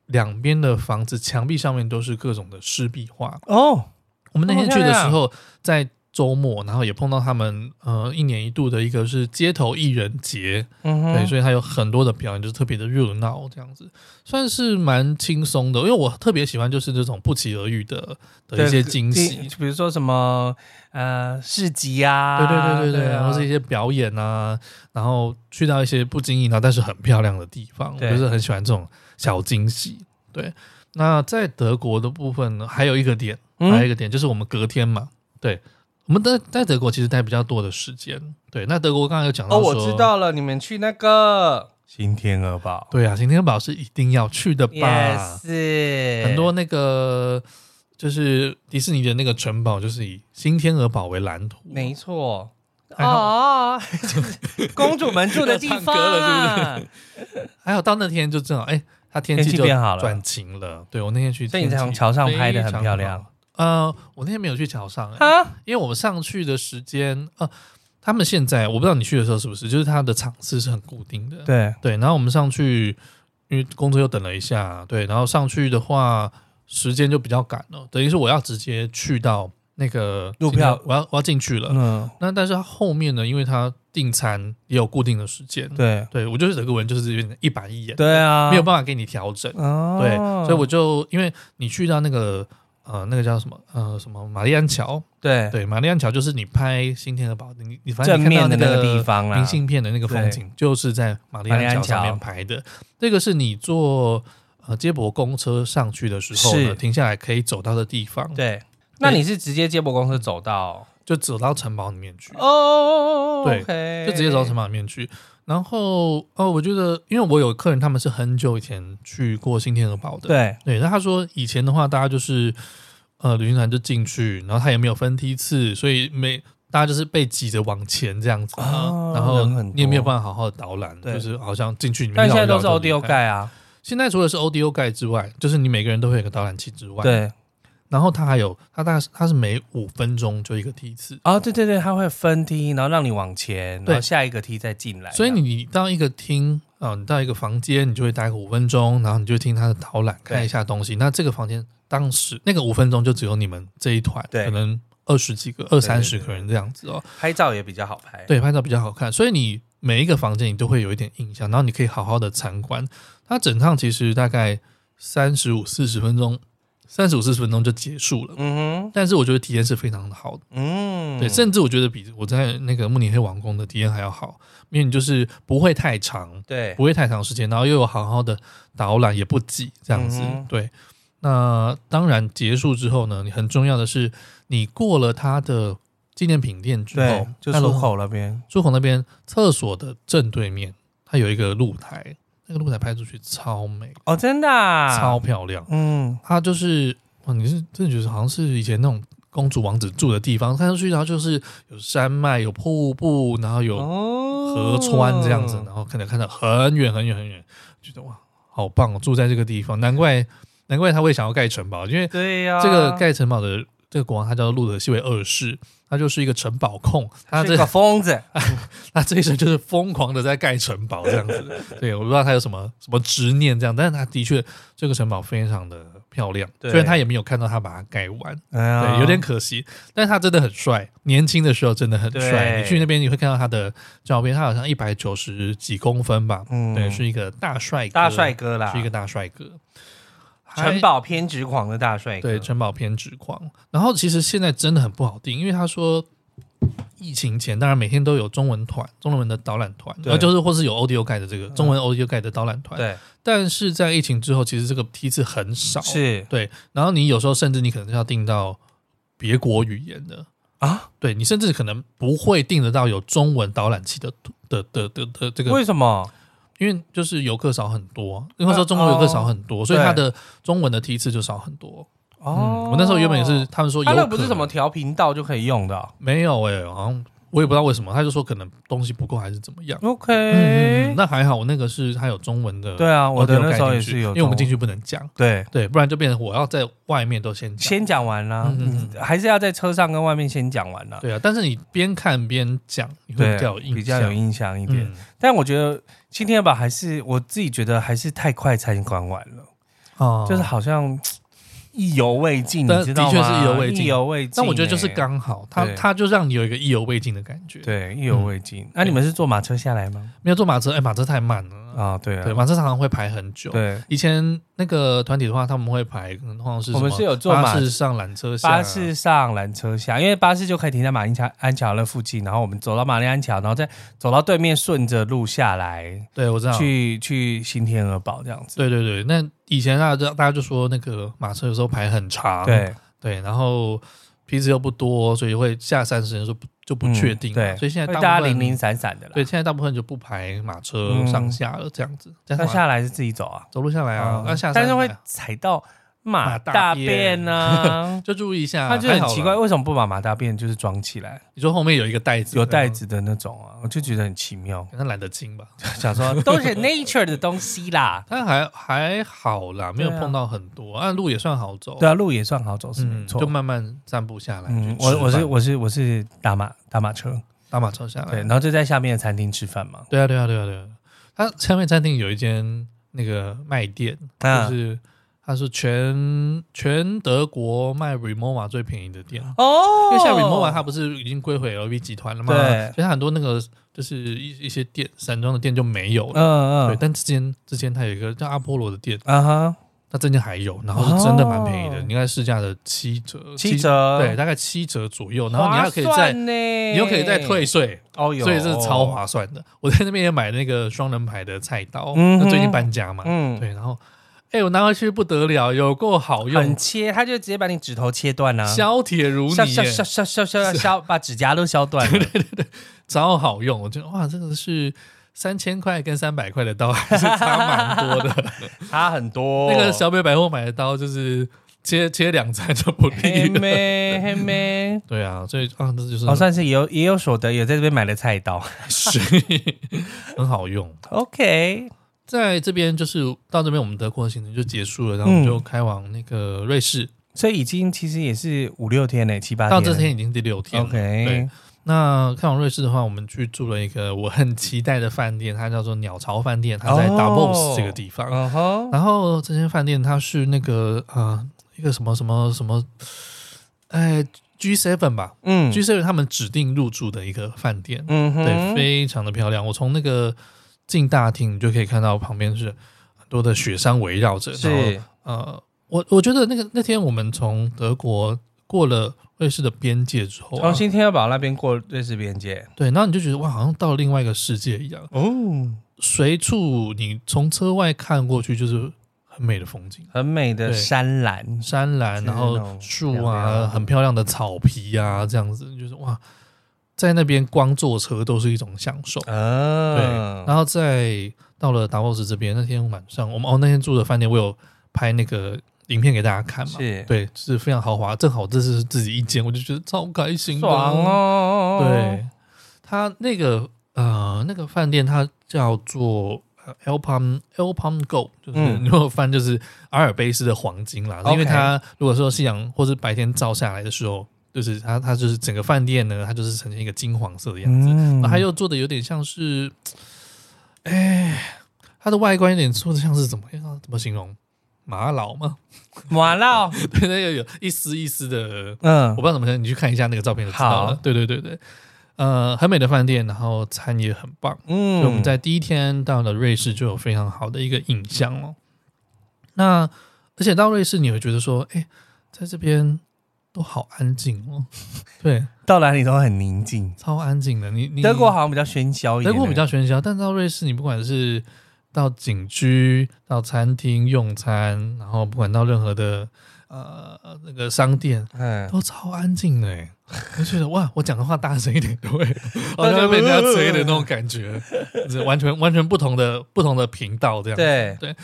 S1: 两边的房子墙壁上面都是各种的湿壁画。
S2: 哦，
S1: 我们那天
S2: 哦
S1: 去的
S2: 漂亮
S1: 时候，在周末，然后也碰到他们呃一年一度的一个是街头艺人节，
S2: 嗯哼，
S1: 对，所以它有很多的表演，就是特别的热闹，这样子算是蛮轻松的。因为我特别喜欢就是这种不期而遇的的一些惊喜，，
S2: 比如说什么呃市集啊，
S1: 对对对对对，
S2: 啊
S1: 然后是一些表演啊，然后去到一些不经意的但是很漂亮的地方，我
S2: 对
S1: 就是很喜欢这种小惊喜。对，那在德国的部分呢，还有一个点，还有一
S2: 嗯
S1: 个点就是我们隔天嘛，对，我们在在德国其实待比较多的时间。对，那德国刚刚有讲到
S2: 哦，我
S1: 说
S2: 知。道了，你们去那个新天鹅堡
S1: 对啊，行天堡是一定要去的吧
S2: 也是
S1: 很多那个就是迪士尼的那个城堡，就是以新天鹅堡为蓝图。
S2: 没错。
S1: 还好
S2: 哦， 就是公主们住的地
S1: 唱
S2: 方，啊
S1: 歌 了还有到那天就正好，哎、它天
S2: 天
S1: 气
S2: 气
S1: 就
S2: 变好了
S1: 转晴了。对我那天去，
S2: 所以你从桥上拍得很漂亮。
S1: 呃，我那天没有去桥上、哎
S2: 啊？
S1: 因为我们上去的时间，呃，他们现在我不知道你去的时候是不是，就是它的场次是很固定的。
S2: 对，
S1: 对，然后我们上去，因为工作又等了一下，对，然后上去的话时间就比较赶了，等于是我要直接去到那个
S2: 入票
S1: 我要我要进去了。
S2: 嗯，
S1: 那但是它后面呢，因为它订餐也有固定的时间，
S2: 对，
S1: 对我就是整个人就是有点一板一眼，
S2: 对啊，
S1: 没有办法给你调整。
S2: 哦，
S1: 对，所以我就因为你去到那个呃那个叫什么呃什么玛丽安桥，
S2: 对
S1: 对，玛丽安桥就是你拍新天鹅堡，你你反正
S2: 正
S1: 你看到
S2: 面的
S1: 那
S2: 那个地方啦
S1: 明信片的那个风景，就是在玛丽安桥上面拍的。这个是你坐呃接驳公车上去的时候呢，
S2: 是
S1: 停下来可以走到的地方，
S2: 对，那你是直接接驳公司走到
S1: 就走到城堡里面去，
S2: 哦，
S1: 对
S2: OK
S1: 就直接走到城堡里面去。然后哦，我觉得因为我有客人，他们是很久以前去过新天鹅堡的，
S2: 对，
S1: 对，那他说以前的话，大家就是呃旅行团就进去，然后他也没有分梯次，所以每大家就是被挤着往前这样子，
S2: 哦
S1: 然后
S2: 人很
S1: 你也没有
S2: 多
S1: 办法好好的导览，
S2: 对
S1: 就是好像进去里面
S2: 但
S1: 绕
S2: 现
S1: 一
S2: 在
S1: 绕
S2: 都
S1: 就是离
S2: ODO
S1: 开。
S2: 盖啊，
S1: 现在除了是 ODO 盖之外，就是你每个人都会有个导览器之外，。
S2: 对，
S1: 然后它还有它大概是它是每五分钟就一个梯次，
S2: 哦，对对对，它会分梯，然后让你往前，
S1: 对
S2: 然后下一个梯再进来。
S1: 所以你到一个厅啊、你到一个房间，你就会待个五分钟，然后你就听他的导览，
S2: 对
S1: 看一下东西。那这个房间当时那个五分钟就只有你们这一团，
S2: 对
S1: 可能二十几个、二三十
S2: 对对
S1: 个人这样子哦。
S2: 拍照也比较好拍。，
S1: 对，拍照比较好看，所以你每一个房间你都会有一点印象，然后你可以好好的参观。它整趟其实大概三十五、四十分钟三十五四十分钟就结束了。
S2: 嗯哼，
S1: 但是我觉得体验是非常的好的，
S2: 嗯，
S1: 对，甚至我觉得比我在那个慕尼黑王宫的体验还要好，因为你就是不会太长，
S2: 对
S1: 不，会太长时间，然后又有好好的导览，也不挤这样子。
S2: 嗯哼
S1: 对，那当然结束之后呢，你很重要的是，你过了它的纪念品店之
S2: 对
S1: 后，，
S2: 就
S1: 它
S2: 出
S1: 楼
S2: 口那边，
S1: 出口那边厕所的正对面，它有一个露台，那个露台拍出去超美，
S2: 哦，真的啊，
S1: 超漂亮。
S2: 嗯，
S1: 它就是哇，你是真的觉得好像是以前那种公主王子住的地方，看上去然后就是有山脉、有瀑布，然后有
S2: 哦
S1: 河川这样子，然后看着看着很远很远很远，觉得哇，好棒、哦！住在这个地 方，难怪难怪他会想要盖城堡，因为
S2: 对呀，
S1: 这个盖城堡的这个国王他叫路德西维二世，他就是一个城堡控，他
S2: 是
S1: 啊这
S2: 个疯子，
S1: 他这一生就是疯狂的在盖城堡这样 子。对，我不知道他有什么什么执念这样，但是他的确这个城堡非常的漂亮，
S2: 对
S1: 虽然他也没有看到他把它盖完，
S2: 哎呀
S1: 对，有点可惜。但是他真的很帅，年轻的时候真的很帅。
S2: 对
S1: 你去那边你会看到他的照片，他好像一百九十几公分吧，
S2: 嗯
S1: 对，是一个大帅哥，
S2: 大帅哥啦，
S1: 是一个大帅哥。
S2: 城堡偏执狂的大帅
S1: 还
S2: 哥，
S1: 对城堡偏执狂，然后其实现在真的很不好定，因为他说疫情前当然每天都有中文团、中文的导览团，
S2: 对嗯
S1: 然后就是或是有 Audio Guide 的这个中文 Audio Guide 的导览团，
S2: 对
S1: 但是在疫情之后，其实这个梯次很少，
S2: 是
S1: 对，然后你有时候甚至你可能要订到别国语言的，
S2: 啊，
S1: 对你甚至可能不会订得到有中文导览器的的的的的这个，
S2: 为什么？
S1: 因为就是游客少很多，因为说中国游客少很多，所以
S2: 哦对
S1: 它的中文的梯次就少很多。
S2: 哦
S1: 嗯，，我那时候原本也是，他们说有
S2: 他
S1: 可
S2: 那
S1: 能
S2: 不是什么调频道就可以用的哦
S1: 没有哎、好像我也不知道为什么，他就说可能东西不够还是怎么样。嗯，
S2: ，OK，
S1: 那还好，我那个是它有中文的，
S2: 对啊，我的那时候也是有，
S1: 哦因为我们进，去不能讲，
S2: 对，
S1: 对，不然就变成我要在外面都先讲。
S2: 先讲完啦
S1: 嗯嗯，
S2: 还是要在车上跟外面先讲完啦，
S1: 对啊，但是你边看边讲，你会
S2: 对
S1: 比较有印象，
S2: 比较有印象一点。
S1: 嗯
S2: 但我觉得青天宝还是我自己觉得还是太快参观完了，
S1: 哦
S2: 就是好像嘖意犹未尽，
S1: 但
S2: 你知道吗？
S1: 的确是意犹未尽
S2: 意犹未尽。
S1: 但我觉得就是
S2: 欸
S1: 刚好，它
S2: 对
S1: 它就让你有一个意犹未尽的感觉。，
S2: 对意犹未尽。那你们是坐马车下来吗？
S1: 没有坐马车，哎，马车太慢了，
S2: 啊，对
S1: 对，
S2: 啊，
S1: 马车常常会排很久。
S2: 对，
S1: 以前那个团体的话，他们会排，可能通常是
S2: 我们
S1: 什么
S2: 是有坐马
S1: 巴士上缆车下，
S2: 巴士上缆车下，因为巴士就可以停在马林桥安桥那附近，然后我们走到马林安桥，然后再走到对面，顺着路下来，
S1: 对我知道，
S2: 去去新天鹅堡这样子。
S1: 对对对，那以前大家就大家就说那个马车有时候排很长，
S2: 对
S1: 对，然后批次又不多，所以会下山时间就不就不确定、啊
S2: 嗯对，
S1: 所以现在
S2: 会
S1: 大
S2: 大
S1: 部
S2: 家
S1: 分
S2: 零啊零散散的啦。
S1: 对，，现在大部分就不排马车
S2: 嗯
S1: 上下了，这样子。但
S2: 那
S1: 是
S2: 下来是自己走啊，
S1: 走路下来啊，那、下山
S2: 但是会
S1: 来啊
S2: 踩到
S1: 马
S2: 马
S1: 大
S2: 大
S1: 便。
S2: 便 啊
S1: 就注意一下，
S2: 他就很奇怪，
S1: 还好啦。
S2: 为什么不把马大便就是装起来，
S1: 你说后面有一个袋子，啊
S2: 有袋，子的那种啊？我就觉得很奇妙，
S1: 可能懒得清吧。
S2: 想说都是 nature 的东西 啦。
S1: 但还还好啦，没有
S2: 对啊
S1: 碰到很多，啊、路也算好走。
S2: 对啊，路也算好走是没
S1: 嗯，
S2: 错
S1: 就。慢慢散步下来。
S2: 嗯
S1: 去，吃
S2: 我我是
S1: 饭
S2: 我是我是打马打马车，
S1: 搭马车下来。
S2: 对，然后就在下面的餐厅吃饭嘛。
S1: 对啊，对啊，对啊，对啊。它下面餐厅有一间那个卖店，
S2: 啊
S1: 就是它是全全德国卖 Remova 最便宜的店。
S2: 哦
S1: 因为现在 Remova 它不是已经归回 LV 集团了吗？
S2: 对
S1: 所以它很多那个就是一一些店散装的店就没有了。
S2: 嗯
S1: 对，
S2: 嗯
S1: 但之前之前它有一个叫阿波罗的店，
S2: 啊哈，
S1: 它这间还有，然后是真的蛮便宜的，
S2: 哦
S1: 你看市价的七折，
S2: 七，折，欸
S1: 对，，大概七折左右，然后你还可以再，
S2: 呢，
S1: 你
S2: 你
S1: 又可以再退税，
S2: 哦，有，
S1: 所以这是超划算的。我在那边也买那个双人牌的菜刀，
S2: 嗯哼
S1: 那最近搬家嘛，
S2: 嗯，
S1: 对，然后哎、我拿回去不得了，有够好
S2: 很
S1: 用，
S2: 切，他就直接把你指头切断啊，
S1: 削铁如
S2: 削
S1: 泥
S2: 削
S1: 耶，
S2: 削削削削削，把指甲都削 断了。
S1: 超好用。我觉得哇，这个是三千块跟三百块的刀还是差蛮多 的。
S2: 差很多。
S1: 那个小北百货买的刀就是切切两餐就不
S2: 黑
S1: 利了。
S2: 妹黑妹，
S1: 对啊，所以啊，这就是
S2: 哎哦，算是也有也有所得，也在这边买了菜刀。
S1: 是很好用。
S2: OK，
S1: 在这边就是到这边，我们德国的行程就结束了，然后我们
S2: 嗯
S1: 就开往那个瑞士。
S2: 所以已经其实也是五六天嘞，七八
S1: 到
S2: 天。
S1: 这天已经第六天了。对
S2: OK，
S1: 那看完瑞士的话，我们去住了一个我很期待的饭店，它叫做鸟巢饭店，它在
S2: 哦
S1: Davos 这个地方。
S2: 嗯哼，
S1: 然后这间饭店它是那个呃一个什么什么什么，哎 G7 吧、
S2: 嗯
S1: g 7他们指定入住的一个饭店，
S2: 嗯
S1: 对，
S2: 哼，
S1: 非常的漂亮。我从那个进大厅，你就可以看到旁边是很多的雪山围绕着，然后
S2: 是
S1: 呃我我觉得那个那天我们从德国过了瑞士的边界之后、啊啊
S2: 从，新天鹅堡那边过瑞士边界。
S1: 对，然后你就觉得哇，好像到了另外一个世界一样，
S2: 哦，
S1: 随处你从车外看过去就是很美的风景，
S2: 很美的
S1: 对
S2: 山岚，
S1: 山岚，
S2: 是
S1: 然
S2: 那
S1: 后
S2: 种
S1: 树
S2: 漂
S1: 啊，
S2: 亮
S1: 很漂亮的草皮啊，这样子就是哇，在那边光坐车都是一种享受。对，
S2: 嗯，
S1: 然后在到了达沃斯这边那天晚上，我们哦那天住的饭店，我有拍那个影片给大家看嘛，
S2: 是
S1: 对，是非常豪华。正好这次是自己一间，我就觉得超开心的，
S2: 爽哦，
S1: 对，它那个呃那个饭店它叫做。L Palm L Palm Gold 就是
S2: 嗯
S1: 如果翻就是阿尔卑斯的黄金啦，
S2: OK
S1: 因为它如果说夕阳或是白天照下来的时候，就是它它就是整个饭店呢，它就是呈现一个金黄色的样子，
S2: 嗯
S1: 然后它又做的有点像是，哎，它的外观有点做的像是怎么样？怎么形容？玛瑙吗？
S2: 马烙，
S1: 对，那个有一丝一丝的，我
S2: 嗯
S1: 不知道怎么形容，你去看一下那个照片就知道了
S2: 好。
S1: 对对对对，呃，很美的饭店，然后餐也很棒。所
S2: 嗯
S1: 以我们在第一天到了瑞士就有非常好的一个印象哦。那而且到瑞士你会觉得说，哎，在这边都好安静哦， 对，
S2: 到哪里都很宁静。
S1: 超安静的。你你
S2: 德国好像比较喧嚣一
S1: 德
S2: 点，
S1: 国比较喧嚣，但到瑞士，你不管是到景区、到餐厅用餐，然后不管到任何的呃那个商店，
S2: 嗯，
S1: 都超安静的 欸。我就觉得哇，我讲的话大声一点都会，好像会被人家追的那种感觉，就是完全完全不同的不同的频道这样。，
S2: 对，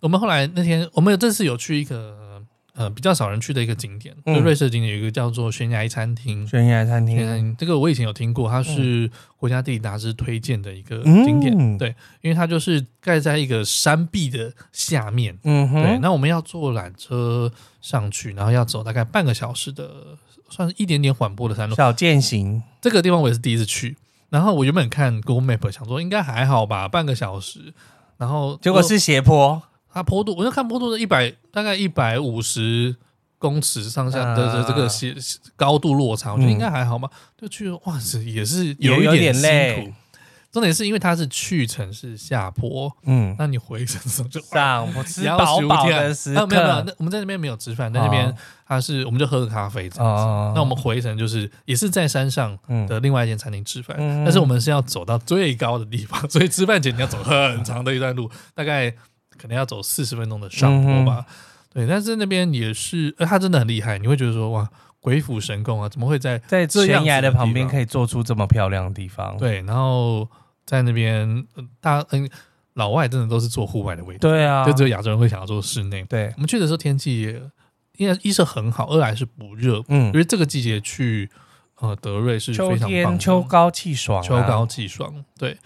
S1: 我们后来那天我们有这次有去一个呃比较少人去的一个景点，
S2: 嗯
S1: 就瑞士的景点有一个叫做悬崖餐厅。
S2: 悬崖餐厅，
S1: 嗯，这个我以前有听过，它是国家地理杂志推荐的一个景点，
S2: 嗯
S1: 对，因为它就是盖在一个山壁的下面。
S2: 嗯
S1: 对，
S2: 哼，
S1: 那我们要坐缆车上去，然后要走大概半个小时的，算是一点点缓坡的山路。
S2: 小践行，
S1: 这个地方我也是第一次去，然后我原本看 Google Map 想说应该还好吧，半个小时，然后
S2: 结果是斜坡，
S1: 它坡度，我就看坡度是一百，大概一百五十公尺上下的
S2: 啊
S1: 这这个斜高度落差，我觉得
S2: 嗯
S1: 应该还好吧。就去了哇塞，也是
S2: 也
S1: 一
S2: 有
S1: 点
S2: 点
S1: 辛苦
S2: 累。
S1: 重点是因为它是去程是下坡，
S2: 嗯，
S1: 那你回程的时候就
S2: 上我吃
S1: 要
S2: 饱
S1: 15
S2: 饱
S1: 天
S2: 的时
S1: 啊，
S2: 刻，
S1: 没有没有，那我们在那边没有吃饭，在那边
S2: 哦
S1: 它是我们就喝个咖啡这样子。
S2: 哦，
S1: 那我们回程就是也是在山上
S2: 嗯
S1: 的另外一间餐厅吃饭，
S2: 嗯
S1: 但是我们是要走到最高的地方，所 以吃饭前你要走很长的一段路，大概可能要走四十分钟的上
S2: 嗯
S1: 坡吧。对，但是那边也是，呃，他真的很厉害，你会觉得说哇，鬼斧神工啊，怎么会在
S2: 在
S1: 这样
S2: 悬
S1: 子
S2: 崖
S1: 的
S2: 的
S1: 地
S2: 旁边
S1: 方
S2: 可以做出这么漂亮的地方？
S1: 对？然后在那边，呃大嗯、老外真的都是做户外的位置，
S2: 对啊，
S1: 就只有亚洲人会想要做室内。
S2: 对，
S1: 我们去的时候天气也，因为一是很好，二来是不热，
S2: 嗯
S1: 因，为这个季节去呃德瑞是
S2: 秋
S1: 非常棒
S2: 天
S1: 的
S2: 秋高气爽啊，
S1: 秋高气爽，对。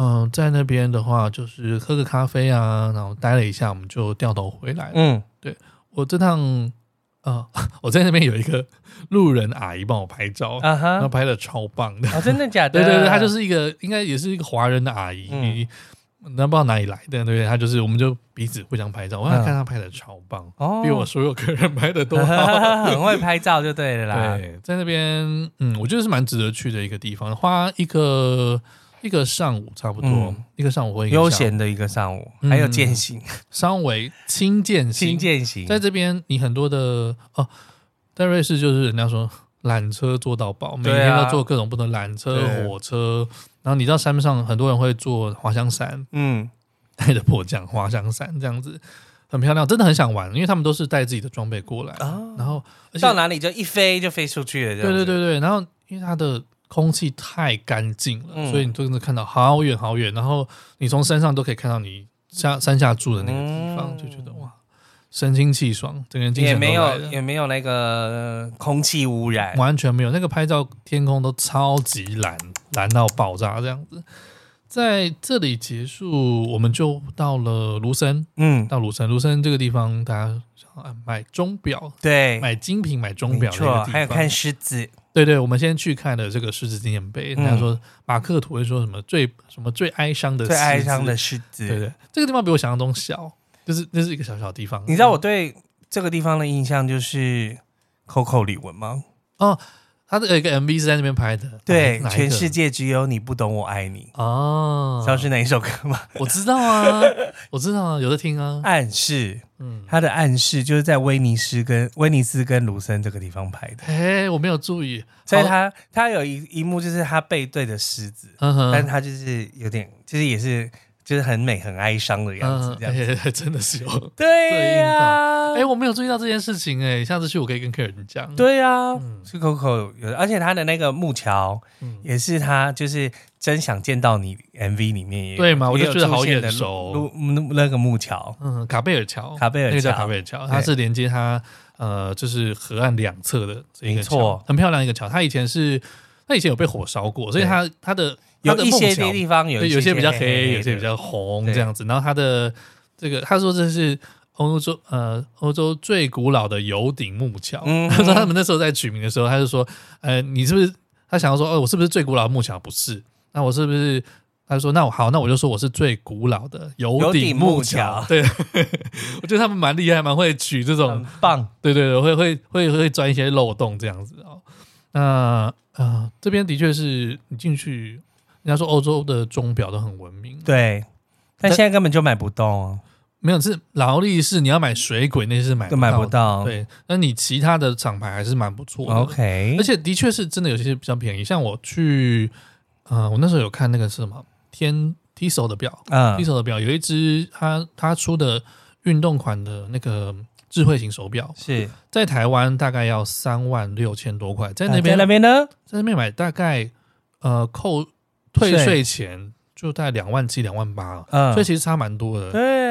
S1: 嗯、在那边的话，就是喝个咖啡啊，然后待了一下，我们就掉头回来了。
S2: 嗯，
S1: 我这趟，呃， 我在那边有一个路人阿姨帮我拍照，
S2: 啊
S1: 然后
S2: 哈，
S1: 拍的超棒 的。
S2: 哦，真的假的？
S1: 哦对对对，她就是一个，应该也是一个华人的阿姨，
S2: 嗯
S1: 那、不知道哪里来的，对不对？她就是，我们就彼此互相拍照，我
S2: 嗯
S1: 看她拍的超棒，
S2: 哦，
S1: 比我所有客人拍的都好。
S2: 很会拍照就对了啦。
S1: 对，在那边，嗯，我觉得是蛮值得去的一个地方，花一个一个上午差不多，
S2: 嗯
S1: 一个上午或一个下午
S2: 悠闲的一个上午，
S1: 嗯
S2: 还有践行、
S1: 稍微轻健
S2: 新
S1: 行。
S2: 践行，
S1: 在这边，你很多的哦，在瑞士就是人家说缆车坐到饱，每
S2: 对啊
S1: 天都坐各种不同的缆车、
S2: 对
S1: 火车。然后你知道山上很多人会坐滑翔伞，
S2: 嗯，
S1: 带着迫降滑翔伞这样子，很漂亮，真的很想玩，因为他们都是带自己的装备过来。
S2: 哦
S1: 然后啊而且
S2: 到哪里就一飞就飞出去了，这样
S1: 对
S2: 子
S1: 对对对，然后因为它的空气太干净了，
S2: 嗯
S1: 所以你真的看到好远好远，然后你从山上都可以看到你下山下住的那个地方，
S2: 嗯
S1: 就觉得哇，神清气爽，整个人精
S2: 也
S1: 神都
S2: 没
S1: 来
S2: 有
S1: 了
S2: 也没有那个空气污染，
S1: 完全没有那个拍照天空都超级蓝，蓝到爆炸这样子。在这里结束，我们就到了卢森，
S2: 嗯，
S1: 到卢森，卢森这个地方，大家想要哎买钟表、
S2: 对，
S1: 买精品、买钟
S2: 哎没
S1: 表的一个
S2: 错，
S1: 地
S2: 还有
S1: 方
S2: 看狮子，
S1: 对对，我们先去看了这个狮子纪念
S2: 嗯
S1: 碑。人家说马克吐温说什么最什么最哀伤的
S2: 最哀
S1: 狮子
S2: 伤的，狮
S1: 对对
S2: 子。
S1: 对，这个地方比我想象中小，就是那是一个小小地方。
S2: 你知道我对这个地方的印象就是 Coco 李玟吗？
S1: 他的有一个 MV 是在那边拍的，哪
S2: 对，
S1: 一个
S2: 全世界只有你不懂我爱你，
S1: 哦
S2: 知，道是哪一首歌吗？
S1: 我知道啊，我知道啊，有在听啊，
S2: 暗示
S1: 嗯，
S2: 它的暗示就是在威尼斯跟威尼斯跟卢森这个地方拍的，
S1: 哎，我没有注意，
S2: 所以
S1: 好，
S2: 他他有一一幕就是他背对着狮子，
S1: 嗯
S2: 但
S1: 哼，
S2: 他就是有点，就是也是就是很美很哀伤的样子，这样子。
S1: 嗯哎真的是有，
S2: 对呀、
S1: 哎，我没有注意到这件事情，哎，下次去我可以跟客人讲，，
S2: 对呀、
S1: 嗯
S2: 是 Coco 有的，而且他的那个木桥
S1: 嗯
S2: 也是他就是真想见到你 MV 里面也有
S1: 对嘛我就
S2: 也有
S1: 觉得好
S2: 出现
S1: 眼
S2: 的路
S1: 熟
S2: 路路那个木桥，
S1: 嗯，卡贝尔桥，
S2: 卡贝尔
S1: 那个叫
S2: 桥
S1: 卡贝尔桥，
S2: 对
S1: 它是连接它呃，就是河岸两侧的这一个
S2: 没
S1: 桥，
S2: 错
S1: 很漂亮一个桥。它以前是它以前有被火烧过，所以
S2: 对
S1: 它它的它
S2: 有
S1: 的
S2: 一
S1: 木
S2: 些
S1: 桥
S2: 地方有
S1: 对，有
S2: 一
S1: 些比较黑，
S2: 黑
S1: 有
S2: 的
S1: 些比较红
S2: 对
S1: 这样子。然后它的这个，他说这是欧洲呃欧洲最古老的油顶木桥。
S2: 嗯
S1: 他说他们那时候在取名的时候，他就说，呃，你是不是他想要说，哦，我是不是最古老的木桥？不是，那我是不是？他就说：“那我好，那我就说我是最古老的油
S2: 油顶
S1: 木
S2: 木桥
S1: 对， 我觉得他们蛮厉害，蛮会取这种
S2: 很棒。
S1: 对对对，会会会会钻一些漏洞这样子哦。那呃，这边的确是你进去，人家说欧洲的钟表都很文明，，
S2: 对，但
S1: 但
S2: 现在根本就买不动哦，
S1: 没有是劳力士，你要买水鬼那些是买
S2: 都买不
S1: 到的，
S2: 到。
S1: 对。那你其他的厂牌还是蛮不错的
S2: ，OK，
S1: 而且的确是真的有些比较便宜。像我去，呃，我那时候有看那个是什么天 Tissot 的表、
S2: 嗯
S1: t i s，o t 的表有一只它它出的运动款的那个智慧型手表，
S2: 是
S1: 在台湾大概要三万六千多块，在
S2: 啊在
S1: 那边、
S2: 那边呢，
S1: 在那边买大概呃扣退
S2: 税
S1: 税前就大概两万七两万八了，
S2: 嗯
S1: 所以其实差蛮多的。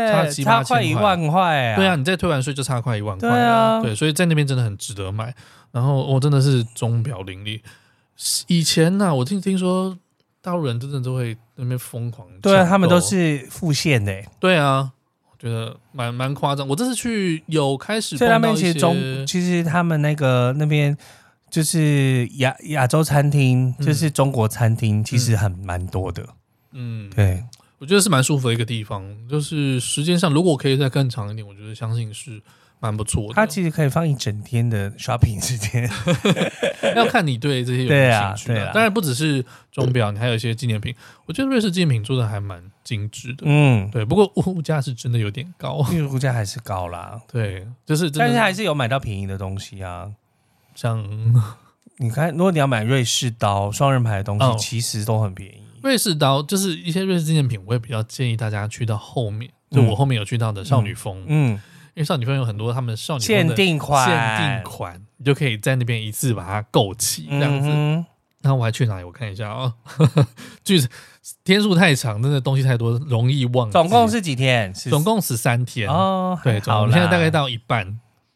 S1: 差
S2: 对，
S1: 七八
S2: 差
S1: 千
S2: 快一万块啊，
S1: 对啊，，你再退完税就差快一万块
S2: 对
S1: 了
S2: 啊
S1: 对，所以在那边真的很值得买。然后我、哦真的是钟表林立，以前呢、我听听说大陆人真的都会那边疯狂抢购，
S2: 对啊，他们都是付现的欸，
S1: 对啊，我觉得蛮蛮夸张。我这次去有开始
S2: 所
S1: 碰
S2: 以
S1: 到
S2: 他
S1: 一些，
S2: 们其实中，其实他们那个那边就是亚亚洲餐厅，
S1: 嗯
S2: 就是中国餐厅，其实很蛮多的。
S1: 嗯，
S2: 对，
S1: 我觉得是蛮舒服的一个地方，就是时间上如果可以再更长一点，我觉得相信是蛮不错的。
S2: 它其实可以放一整 天的 shopping 时间。
S1: 要看你对这些有没
S2: 对
S1: 有
S2: 啊
S1: 兴趣、
S2: 对啊
S1: 当然不只是钟表，你还有一些纪念品。我觉得瑞士纪念品做的还蛮精致的，
S2: 嗯，
S1: 对。不过物价是真的有点高，
S2: 因为物价还是高啦，
S1: 对，就是真
S2: 但是
S1: 的
S2: 还是有买到便宜的东西啊。
S1: 像
S2: 你看，如果你要买瑞士刀、双人牌的东西，
S1: 哦
S2: 其实都很便宜。
S1: 瑞士刀，就是一些瑞士纪念品，我也比较建议大家去到后面，就
S2: 嗯
S1: 我后面有去到的少女峰，
S2: 嗯，
S1: 因为少女峰有很多他们少女
S2: 限
S1: 哦峰的
S2: 定款，
S1: 限定款，你就可以在那边一次把它购齐，这样子。
S2: 嗯哼
S1: 那我还去哪里？我看一下啊、 句子天数太长，真的东西太多，容易忘记。
S2: 总共是几天？是
S1: 总共十三天，
S2: 哦，
S1: 对，
S2: 好
S1: 总
S2: 啦
S1: 现在大概到一半，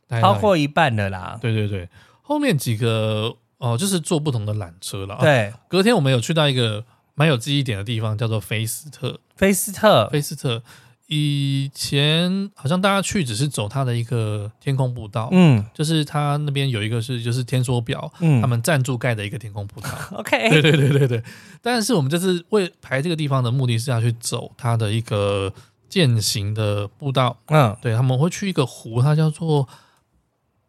S1: 大概到
S2: 超过一半了啦。
S1: 对对对，后面几个哦，就是坐不同的缆车了。，啊
S2: 对，
S1: 隔天我们有去到一个蛮有记忆点的地方，叫做菲斯特。
S2: 菲斯特，
S1: 菲斯特以前好像大家去只是走它的一个天空步道，
S2: 嗯
S1: 就是它那边有一个是就是天梭表，
S2: 嗯
S1: 他 们赞助盖的一个天空步道。
S2: OK，
S1: 对对对对对。但是我们这次为排这个地方的目的是要去走它的一个践行的步道，
S2: 嗯
S1: 对他们会去一个湖，它叫做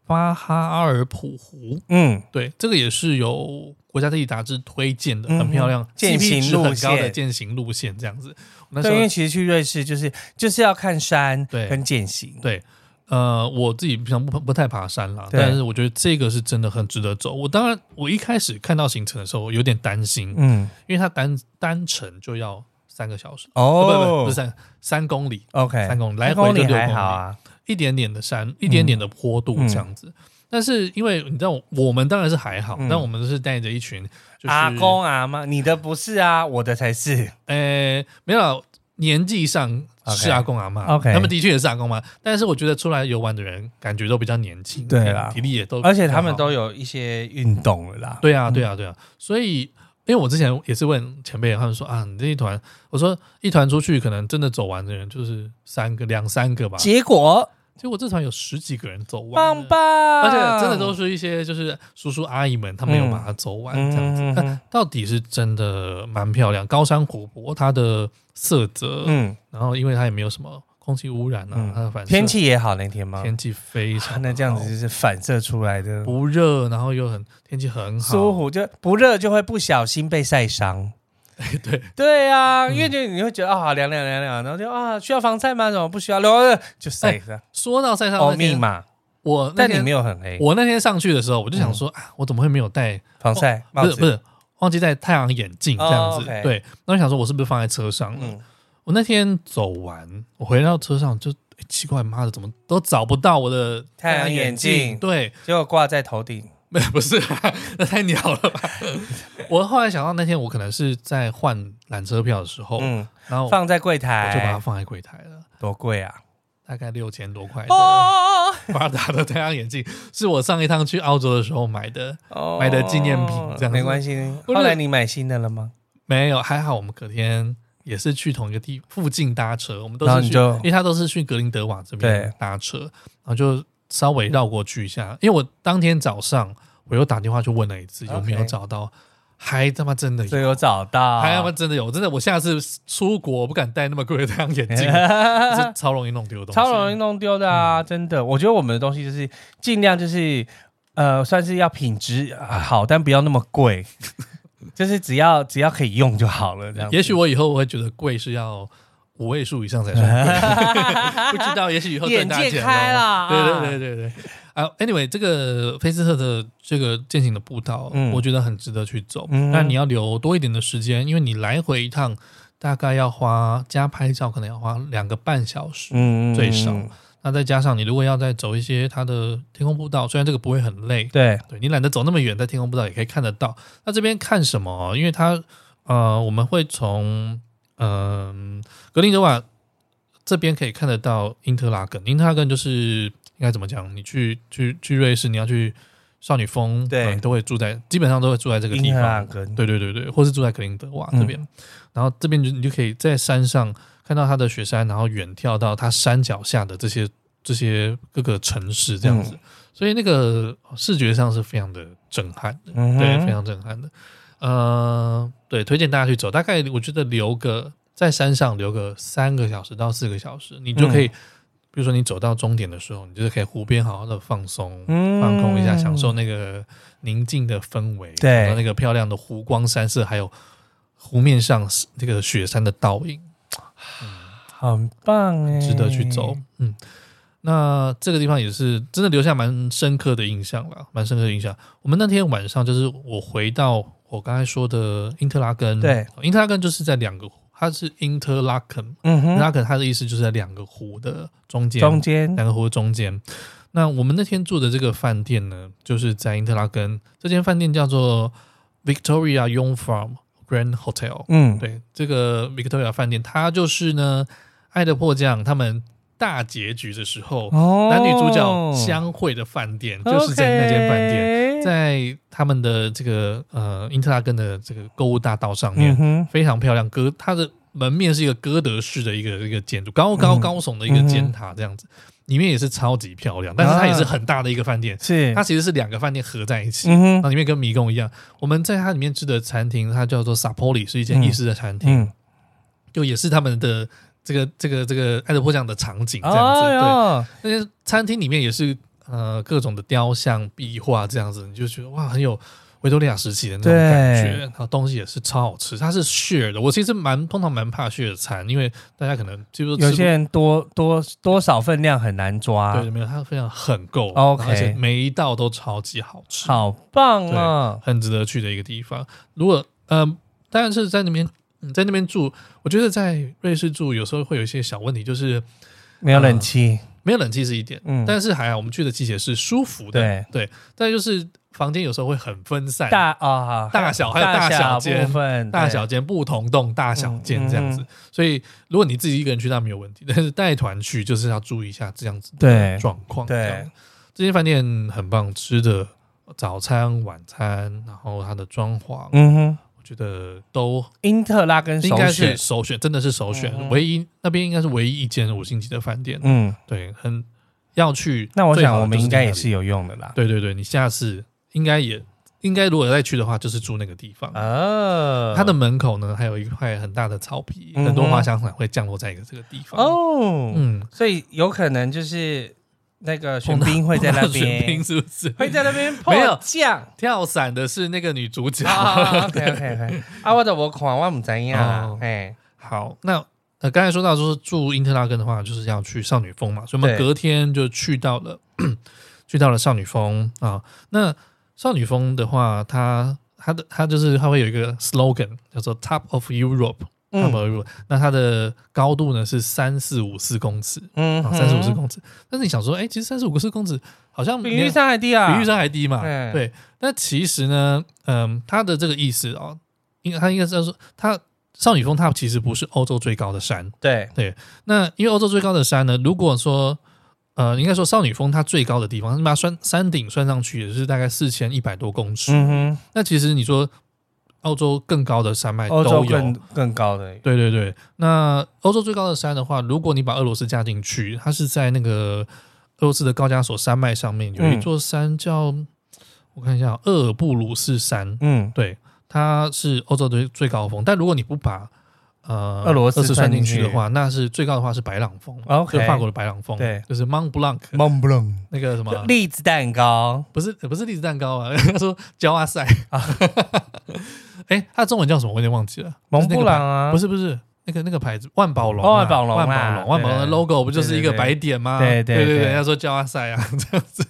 S1: 巴哈阿尔普湖。
S2: 嗯，
S1: 对，这个也是由国家地理杂志推荐的，
S2: 嗯哼
S1: 很漂亮，CP
S2: 践行
S1: 值
S2: 路
S1: 很高的
S2: 线
S1: 践行路线这样子。我那时
S2: 对，因
S1: 候
S2: 为其实去瑞士就是就是要看山，
S1: 对
S2: 跟践行，
S1: 对呃，我自己平常不不太爬山啦，
S2: 对
S1: 但是我觉得这个是真的很值得走。我当然，我一开始看到行程的时候有点担心，
S2: 嗯，
S1: 因为它单单程就要三个小时，哦、不不
S2: 哦，
S1: 不是三三公里，
S2: ，OK，
S1: 三公里来
S2: 三
S1: 回就
S2: 公
S1: 六
S2: 里
S1: 公
S2: 还
S1: 里
S2: 好，啊，
S1: 一点点的山，一点点的坡度
S2: 嗯
S1: 这样子。但是因为你知道，我们当然是还好，
S2: 嗯
S1: 但我们是带着一群就是
S2: 阿公阿妈，你的不是啊，我的才是，
S1: 呃，没有啦年纪上
S2: OK
S1: 是阿公阿妈
S2: OK
S1: 他们的确也是阿公嘛。但是我觉得出来游玩的人感觉都比较年轻，
S2: 对啦
S1: 体力也都，
S2: 而且他们都嗯有一些运动了啦，
S1: 对啊，对啊，对啊。所以，因为我之前也是问前辈，他们说啊，你这一团，我说一团出去可能真的走完的人就是三个、两三个吧。结
S2: 结果
S1: 果这团有十几个人走完了，
S2: 棒棒，
S1: 而且真的都是一些就是叔叔阿姨们，他们有把它走完这样子。
S2: 嗯嗯嗯
S1: 那到底是真的蛮漂亮，高山湖泊它的色泽，
S2: 嗯
S1: 然后因为它也没有什么空气污染啊，它的反
S2: 嗯，
S1: 射
S2: 天气也好那天吗？
S1: 天气非常
S2: 啊
S1: 好、
S2: 那这样子就是反射出来的
S1: 不热，然后又很天气很好，
S2: 舒服，就不热就会不小心被晒伤。
S1: 对，嗯
S2: 对啊，因为就你会觉得啊、凉凉凉凉，然后就啊需要防晒吗？怎么不需要？然后就晒一下
S1: 说到晒伤
S2: 哦
S1: 哎那
S2: 密
S1: 天，
S2: 码，
S1: 我那
S2: 但你
S1: 天
S2: 没有很黑，
S1: 我那天上去的时候，我就想说啊，我怎么会没有戴？
S2: 防晒帽
S1: 哦不是
S2: 子
S1: 不是，忘记戴太阳眼镜这样
S2: 哦
S1: 子。
S2: ，OK
S1: 对，那我想说我是不是放在车上了？
S2: 嗯，
S1: 我那天走完，我回到车上就、诶奇怪，妈的，怎么都找不到我的
S2: 太阳眼镜
S1: 对，
S2: 结果挂在头顶，
S1: 没有不是、啊那太鸟了 吧？我后来想到那天我可能是在换缆车票的时候，
S2: 嗯，
S1: 然哦后我
S2: 放在哎柜
S1: 就把它
S2: 台，
S1: 放在柜台了，
S2: 多贵啊！
S1: 大概六千多块的
S2: 哦
S1: 发达的太阳眼镜，是我上一趟去澳洲的时候买的。
S2: 哦
S1: 买的纪念品这样子
S2: 没关系。
S1: 不是
S2: 后来你买新的了吗？
S1: 没有，还好我们隔天也是去同一个地附近搭车，我们都
S2: 然后
S1: 是
S2: 你
S1: 去，
S2: 就
S1: 因为他都是去格林德瓦这
S2: 对
S1: 边搭车，然后就稍微绕过去一下。因为我当天早上我又打电话去问了一次，有没有
S2: OK
S1: 找到，还他妈真的
S2: 所以
S1: 有。
S2: 有找到，
S1: 还 他妈真的有，真的，我下次出国我不敢戴那么贵的太阳眼镜，这超容易弄丢的东西。
S2: 超容易弄丢的
S1: 嗯
S2: 啊！真的，我觉得我们的东西就是尽量就是呃，算是要品质啊好，但不要那么 贵，就是只要只要可以用就好了。这样子，
S1: 也许我以后我会觉得贵是要五位数以上才算 贵，不知道，也许以后赚大
S2: 眼界
S1: 钱
S2: 开
S1: 了。
S2: 了
S1: 对对对对对。啊、a n y w a y 这个菲斯特的这个践行的步道，
S2: 嗯
S1: 我觉得很值得去走。
S2: 嗯
S1: 那你要留多一点的时间，因为你来回一趟大概要花加拍照，可能要花两个半小时。
S2: 嗯
S1: 最少那再加上你如果要再走一些它的天空步道，虽然这个不会很累，
S2: 对，
S1: 对你懒得走那么远，在天空步道也可以看得到。那这边看什么？哦因为它呃，我们会从嗯、格林德瓦这边可以看得到因特拉根。因特拉根就是应该怎么讲？你去去去瑞士，你要去少女峰，
S2: 对
S1: 呃你都会住在基本上都会住在这个地
S2: 英特拉
S1: 方。
S2: 根，
S1: 对对对对，或是住在格林德瓦这边，
S2: 嗯
S1: 然后这边就你就可以在山上看到它的雪山，然后远眺到它山脚下的这些这些各个城市这
S2: 嗯
S1: 样子，所以那个视觉上是非常的震撼的，
S2: 嗯哼
S1: 对，非常震撼的。呃，对，推荐大家去走，大概我觉得留个在山上留个三个小时到四个小时，你就可
S2: 嗯
S1: 以，比如说你走到终点的时候，你就是可以湖边好好的放松，
S2: 嗯
S1: 放空一下，享受那个宁静的氛围，
S2: 对
S1: 然后那个漂亮的湖光山色，还有湖面上这个雪山的倒影，
S2: 很棒哎，
S1: 值得去走。。嗯，那这个地方也是真的留下蛮深刻的印象了，蛮深刻的印象。我们那天晚上就是我回到我刚才说的因特拉根，
S2: 对，
S1: 因特拉根就是在两个湖，它是因特拉肯，
S2: 嗯
S1: 因特
S2: 哼，
S1: 拉肯它的意思就是在两个湖的中间，
S2: 中间
S1: 两个湖中间。那我们那天住的这个饭店呢，就是在因特拉根，这间饭店叫做 Victoria Young Farm Grand Hotel。
S2: 嗯
S1: 对，这个 Victoria 饭店，它就是呢《爱的迫降》他们大结局的时候，
S2: 哦
S1: 男女主角相会的饭店，就是在那间饭店，
S2: 店，
S1: 在他们的这个呃因特拉根的这个购物大道上面，
S2: 嗯哼，
S1: 非常漂亮。哥，它的门面是一个哥德式的一个一个建筑，高高
S2: 嗯
S1: 高耸的一个尖塔这样子，里面也是超级漂亮，但是它也是很大的一个饭店，
S2: 是
S1: 它，其实是两个饭店合在一起。
S2: 嗯
S1: 那
S2: 哼，
S1: 里面跟迷宫一样，我们在它里面吃的餐厅，它叫做 Sapoli，是一间
S2: 嗯
S1: 意式的餐厅，
S2: 嗯，
S1: 就也是他们的这个这个这个爱德坡奖的场景这样子。
S2: 哦
S1: 对，那些餐厅里面也是呃各种的雕像壁画这样子，你就觉得哇很有维多利亚时期的那种
S2: 对
S1: 感觉。然后东西也是超好吃，它是 share 的。我其实蛮通常蛮怕 share 餐，因为大家可能就是
S2: 有些人多多多少分量很难抓，
S1: 对没有，它非常很够
S2: OK
S1: 而且每一道都超级好吃。
S2: 好棒啊！
S1: 很值得去的一个地方。如果呃，当然是在那边，嗯，在那边住，我觉得在瑞士住有时候会有一些小问题，就是
S2: 没有冷气，
S1: 没有冷气是一点，
S2: 嗯，
S1: 但是还好我们去的季节是舒服的，
S2: 对，
S1: 但就是房间有时候会很分散，
S2: 大啊，
S1: 大小还有
S2: 大
S1: 小
S2: 部
S1: 间。
S2: 分，
S1: 大
S2: 对
S1: 小间不同栋，大小间这样子，
S2: 嗯嗯
S1: 所以如果你自己一个人去那没有问题，但是带团去就是要注意一下这样子的
S2: 对
S1: 状况。
S2: 对
S1: 这样，这间饭店很棒，吃的早餐、晚餐，然后它的装潢，
S2: 嗯哼，
S1: 我觉得都
S2: 英特拉跟
S1: 应
S2: 首
S1: 该是
S2: 选，
S1: 首选，真的是首选，
S2: 嗯
S1: 唯一那边应该是唯一一间五星级的饭店，
S2: 嗯，
S1: 对，很要去。
S2: 那我
S1: 最好
S2: 想
S1: 的
S2: 我们
S1: 就
S2: 应该
S1: 在
S2: 也
S1: 那里
S2: 是，有用的啦。
S1: 对对对，你下次应该也应该如果再去的话，就是住那个地方。
S2: 哦，
S1: 它的门口呢，还有一块很大的草皮，
S2: 嗯哼
S1: 很多滑翔伞会降落在一个这个地方。
S2: 哦，
S1: 嗯，
S2: 所以有可能就是那个玄彬 会在那
S1: 碰到玄彬
S2: 边，
S1: 是不是？
S2: 会在那边
S1: 没有
S2: 迫降。
S1: 跳伞的是那个女主角。
S2: 啊，OK OK OK，啊，我的我看我唔知
S1: 哦
S2: 呀，哎，
S1: 好，那呃，刚才说到就是住因特拉根的话，就是要去少女峰嘛，所以我们
S2: 对
S1: 隔天就去到了， 去到了少女峰啊。那少女峰的话，它它的它就是它会有一个 slogan 叫做 Top of Europe，Top、
S2: 嗯
S1: of Europe。那它的高度呢是三四五四公尺
S2: 嗯
S1: 啊，
S2: 哼，
S1: 三四五四公尺。但是你想说，哎、其实三四五四公尺好像
S2: 比
S1: 没有
S2: 喻上海地啊，
S1: 比喻上还低嘛。
S2: 嗯
S1: 对，那其实呢，嗯，它的这个意思哦，应它应该是说，它少女峰它其实不是欧洲最高的山。
S2: 对，
S1: 那因为欧洲最高的山呢，如果说呃，应该说少女峰它最高的地方，你把它山山顶算上去，也是大概四千一百多公尺。
S2: 嗯
S1: 那其实你说欧洲更高的山脉
S2: 哼，
S1: 哎都
S2: 欧
S1: 有
S2: 洲，更更高的，
S1: 对对对，那欧洲最高的山的话，如果你把俄罗斯加进去，它是在那个俄罗斯的高加索山脉上面有一
S2: 嗯
S1: 座山叫，我看一下，厄尔布鲁士山，
S2: 嗯，
S1: 对，它是欧洲的最高峰。但如果你不把呃
S2: 俄罗斯
S1: 算
S2: 算
S1: 进
S2: 进
S1: 去的
S2: 去哦
S1: 话，那是最高的话是白朗峰
S2: OK
S1: 就是法国的白朗峰，
S2: 对
S1: 就是 Mont Blanc
S2: 蒙布朗，
S1: 那个什么，
S2: 栗子蛋糕，
S1: 不是不是栗子蛋糕啊， 他说焦阿塞 啊，哎，它中文叫什么？我有点忘记了，
S2: 蒙布朗
S1: 啊。
S2: 啊，
S1: 不
S2: 是，
S1: 是不是那个那个牌子万宝龙啊、
S2: 哦万宝龙啊
S1: 万宝龙，万宝龙的
S2: 对
S1: logo 不就是一个
S2: 对对对
S1: 白点吗？
S2: 对对
S1: 对
S2: 对
S1: 人家说叫阿塞啊 这样子。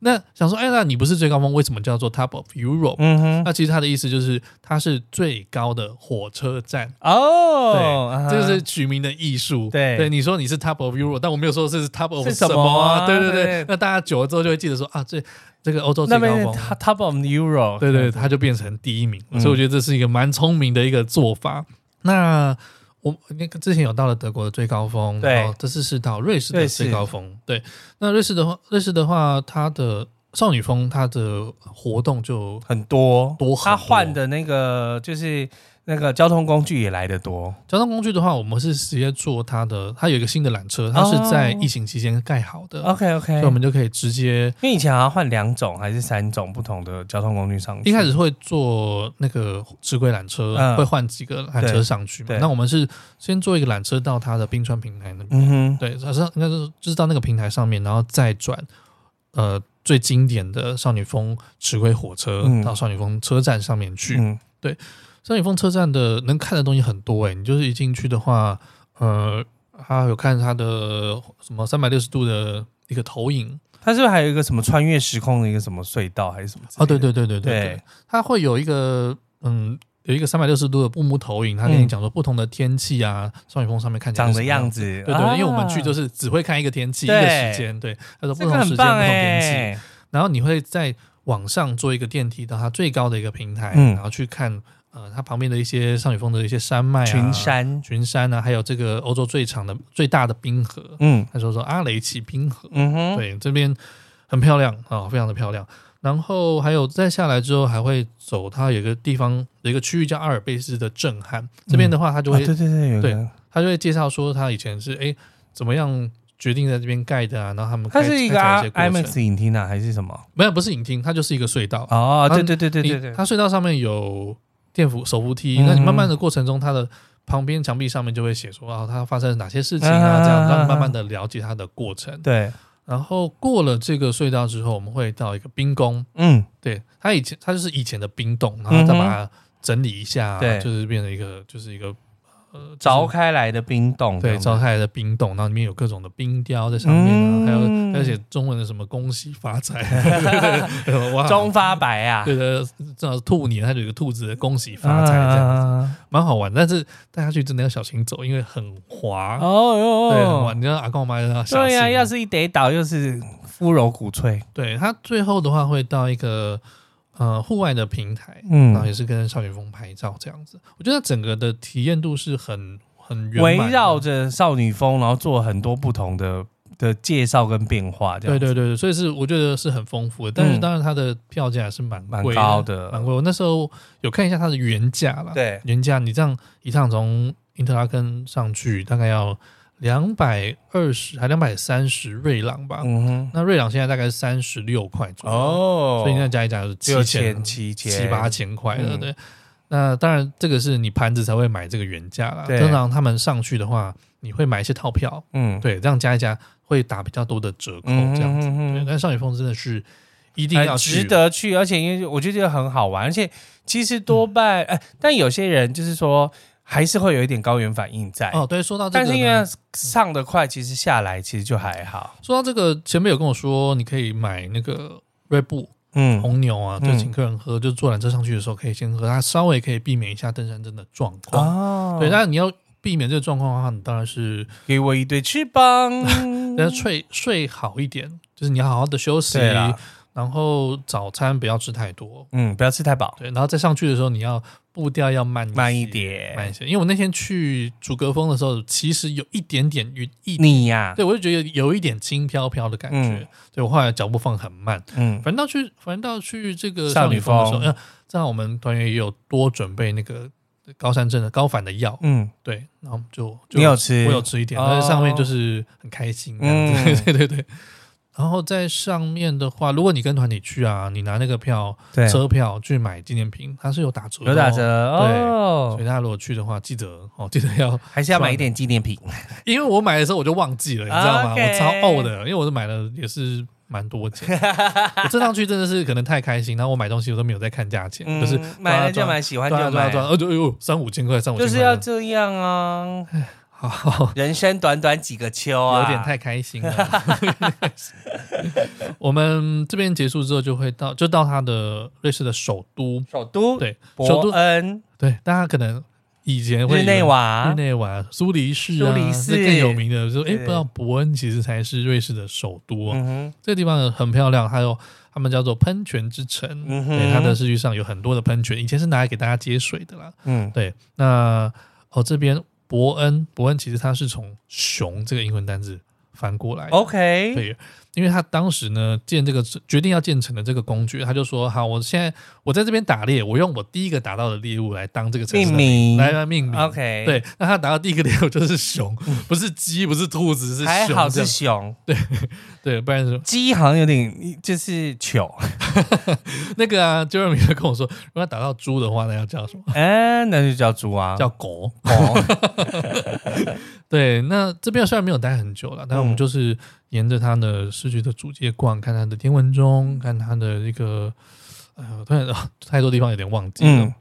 S1: 那想说，哎，那你不是最高峰，为什么叫做 Top of Europe？、
S2: 嗯哼，
S1: 那其实它的意思就是它是最高的火车站，
S2: 哦，啊哈
S1: 这就是取名的艺术。
S2: 对
S1: 对，你说你是 Top of Europe，但我没有说是 Top of
S2: 是什么
S1: 啊？
S2: 啊
S1: 对对对
S2: 对。
S1: 那大家久了之后就会记得说啊，这这个欧洲最
S2: 那
S1: 高
S2: 边
S1: 峰。
S2: Top of Euro，
S1: 对对，，他就变成第一名，
S2: 嗯
S1: 所以我觉得这是一个蛮聪明的一个做法。那我那个之前有到了德国的最高峰，
S2: 对
S1: 然后这次是到瑞士的
S2: 瑞士
S1: 最高峰，对。那瑞士的话，瑞士的话，它的少女峰它的活动就
S2: 很多
S1: 多很多
S2: 他换的那个就是那个交通工具也来的多，
S1: 交通工具的话，我们是直接坐它的，它有一个新的缆车，它是在疫情期间盖好的，
S2: 哦 OK OK，
S1: 所以我们就可以直接
S2: 因为以前好像换两种还是三种不同的交通工具上去，
S1: 一开始会坐那个直轨缆车，
S2: 嗯
S1: 会换几个缆车
S2: 对
S1: 上去嘛。
S2: 对
S1: 那我们是先坐一个缆车到它的冰川平台那边。
S2: 嗯哼，
S1: 对，它是应该就是就是到那个平台上面，然后再转呃最经典的少女峰石龟火车、
S2: 嗯
S1: 到少女峰车站上面去。
S2: 嗯，
S1: 少女峰车站的能看的东西很多诶、欸你就是一进去的话，呃，它有看它的什么三百六十度的一个投影
S2: 它是不是还有一个什么穿越时空的一个什么隧道还是什么之类的？
S1: 啊，对对对对对
S2: 对
S1: 对，它会有一个嗯。有一个三百六十度的布幕投影，它跟你
S2: 嗯
S1: 讲说不同的天气啊，少女峰上面看起来
S2: 长
S1: 是什
S2: 的
S1: 么
S2: 样子，
S1: 对对，因为我们去就是是只会看一个天气、一
S2: 啊对
S1: 个时间，对，他说不
S2: 这
S1: 同
S2: 个
S1: 时间、不
S2: 很棒
S1: 同天气，
S2: 哎、
S1: 然后你会在网上做一个电梯到它最高的一个平台，
S2: 嗯
S1: 然后去看呃它旁边的一些上雨峰的一些山脉、啊、
S2: 群、山，
S1: 群山啊，还有这个欧洲最长的、最大的冰河，
S2: 嗯
S1: 他说说阿雷奇冰河，
S2: 嗯哼，
S1: 对，这边很漂亮啊、非常的漂亮。然后还有再下来之后，还会走它有一个地方有一个区域叫阿尔卑斯的震撼，这边的话它就
S2: 啊
S1: 会
S2: 对对对，有一个，
S1: 他就会介绍说他以前是哎、诶怎么样决定在这边盖的啊，然后他们
S2: 它
S1: 开
S2: 是一个
S1: 开采
S2: I
S1: 一些过程
S2: IMAX 影厅啊还是什么？
S1: 没有不是影厅，它就是一个隧道。
S2: 哦，
S1: 它
S2: 对对对对对
S1: 你
S2: 对，
S1: 它隧道上面有电扶手扶梯，
S2: 嗯
S1: 那你慢慢的过程中，它的旁边墙壁上面就会写说啊，它发生了哪些事情啊，
S2: 啊
S1: 这样让你慢慢的了解它的过程。
S2: 对，
S1: 然后过了这个隧道之后，我们会到一个冰宫，
S2: 嗯
S1: 对，它以前它就是以前的冰洞，然后再
S2: 嗯哼
S1: 把它整理一下啊，
S2: 对
S1: 就是变成一个就是一个呃就是
S2: 凿开来的冰洞，
S1: 对，
S2: 这样
S1: 招
S2: 子
S1: 开的冰洞，然后里面有各种的冰雕在上面啊，还有
S2: 嗯
S1: 还有写中文的什么“恭喜发 财”，对对对哇，
S2: 中发白啊，
S1: 对的，正好是兔年，它就有个兔子“恭喜发财”
S2: 嗯
S1: 这样，
S2: 样。
S1: 蛮好玩。但是大家去真的要小心走，因为很滑，
S2: 哦哟，
S1: 啊对，很滑。你知道阿公阿妈要小
S2: 对
S1: 心。
S2: 呀、要是一跌倒，又是肤柔骨脆。
S1: 对他最后的话会到一个呃户外的平台，
S2: 嗯
S1: 然后也是跟少女峰拍照这样子。我觉得整个的体验度是很很圆
S2: 围
S1: 满的
S2: 绕着少女风，然后做很多不同的的介绍跟变化，这样
S1: 对
S2: 子
S1: 对对对，所以是我觉得是很丰富的，但是
S2: 嗯
S1: 当然它的票价是蛮
S2: 蛮
S1: 贵
S2: 高的
S1: 蛮贵。我那时候有看一下它的原价啦，，
S2: 对
S1: 原价你这样一趟从因特拉根上去大概要两百二十还两百三十瑞郎吧，
S2: 嗯
S1: 那瑞郎现在大概是三十六块左
S2: 哼，
S1: 右，
S2: 哦
S1: 所以那加一加就是七
S2: 六
S1: 千
S2: 千七千
S1: 七八千块了，
S2: 嗯
S1: 对。那当然，这个是你盘子才会买这个原价啦。
S2: 对
S1: 通常他们上去的话，你会买一些套票，
S2: 嗯，
S1: 对，这样加一加会打比较多的折扣，
S2: 嗯，
S1: 这样子。
S2: 嗯嗯嗯
S1: 对，但少女峰真的是一定
S2: 很
S1: 要去，
S2: 值得去，而且因为我觉得很好玩，而且其实
S1: 嗯
S2: 多半哎、但有些人就是说还是会有一点高原反应在，
S1: 哦。对，说到这个
S2: 但
S1: 呢，
S2: 是因为上的快，其实下来其实就还好，
S1: 说到这个，前面有跟我说，你可以买那个锐步
S2: 嗯，
S1: 红牛啊，就
S2: 嗯
S1: 请客人喝，就坐缆车上去的时候可以先喝，它稍微可以避免一下登山真的状况。
S2: 哦
S1: 对，那你要避免这个状况的话，你当然是
S2: 给我一对翅膀，
S1: 要睡睡好一点，就是你要好好的休息
S2: 嗯对啦，
S1: 然后早餐不要吃太多，
S2: 嗯，不要吃太饱，
S1: 对，然后再上去的时候你要步调要慢
S2: 慢一
S1: 些，慢一
S2: 点，
S1: 些。因为我那天去竹格峰的时候，其实有一点点晕，一
S2: 你呀、
S1: 对我就觉得有一点轻飘飘的感觉，
S2: 嗯
S1: 对我后来脚步放很慢。
S2: 嗯，
S1: 反倒去，反倒去这个
S2: 少
S1: 少
S2: 女
S1: 女峰的时候，
S2: 峰
S1: 嗯、正好我们团员也有多准备那个高山症的高反的药，
S2: 嗯，
S1: 对，然后就就
S2: 你有吃，
S1: 我有吃一点，
S2: 哦
S1: 但是上面就是很开心，这样子，
S2: 嗯
S1: 对对对。然后在上面的话，如果你跟团体去啊，你拿那个票
S2: 对，
S1: 车票去买纪念品，它是有打折，
S2: 有打折。
S1: 所
S2: 哦
S1: 以，大家如果去的话，记得哦，记得要，
S2: 还是要买一点纪念品，
S1: 因为我买的时候我就忘记了，你知道吗？
S2: 啊 OK
S1: 我超呕的，因为我是买了也是蛮多 件，我这趟去真的是可能太开心，然后我买东西我都没有在看价钱，
S2: 嗯
S1: 就是啊
S2: 买了就
S1: 抓
S2: 买，喜欢
S1: 抓
S2: 就
S1: 抓抓
S2: 买，
S1: 抓，哦就哎呦三五千块，三五
S2: 就
S1: 千
S2: 是
S1: 块
S2: 要
S1: 的，
S2: 这样啊。
S1: 好好
S2: 人生短短几个秋啊，
S1: 有点太开心了。 我们这边结束之后，就会到就到他的瑞士的首都，
S2: 首都
S1: 对，首
S2: 伯
S1: 都
S2: 恩、
S1: 对，大家可能以前会
S2: 呃日
S1: 以为
S2: 内、瓦
S1: 日、内瓦、苏黎世啊，
S2: 苏黎世
S1: 是更有名的，说哎，
S2: 对
S1: 不知道伯恩其实才是瑞士的首都啊。
S2: 嗯哼，
S1: 这个地方很漂亮，还有他们叫做喷泉之城，
S2: 嗯哼
S1: 对，它的市区上有很多的喷泉，以前是拿来给大家接水的啦。
S2: 嗯，
S1: 对，那哦这边伯恩，伯恩其实它是从“熊”这个英文单字翻过来的
S2: OK，
S1: 对，因为他当时呢建这个决定要建成的这个公爵，他就说：好，我现在我在这边打猎，我用我第一个打到的猎物来当这个城市的
S2: 命名
S1: 来来命名。
S2: OK，，嗯
S1: 对，那他打到第一个猎物就是熊，不是鸡，不是兔子，是
S2: 还
S1: 熊
S2: 好
S1: 这
S2: 是
S1: 样。
S2: 熊，
S1: 对，不然是
S2: 鸡好像有点就是糗，
S1: 那个啊，Jeremy 就跟我说，如果他打到猪的话，那要叫什么？
S2: 哎，那就叫猪啊，
S1: 叫狗。
S2: 狗，
S1: 对，那这边虽然没有待很久了，但我们
S2: 嗯
S1: 就是沿着它的市区的主街逛，看它的天文
S2: 嗯
S1: 钟，看它的一个，呃，突然、 太多地方有点忘记了。
S2: 嗯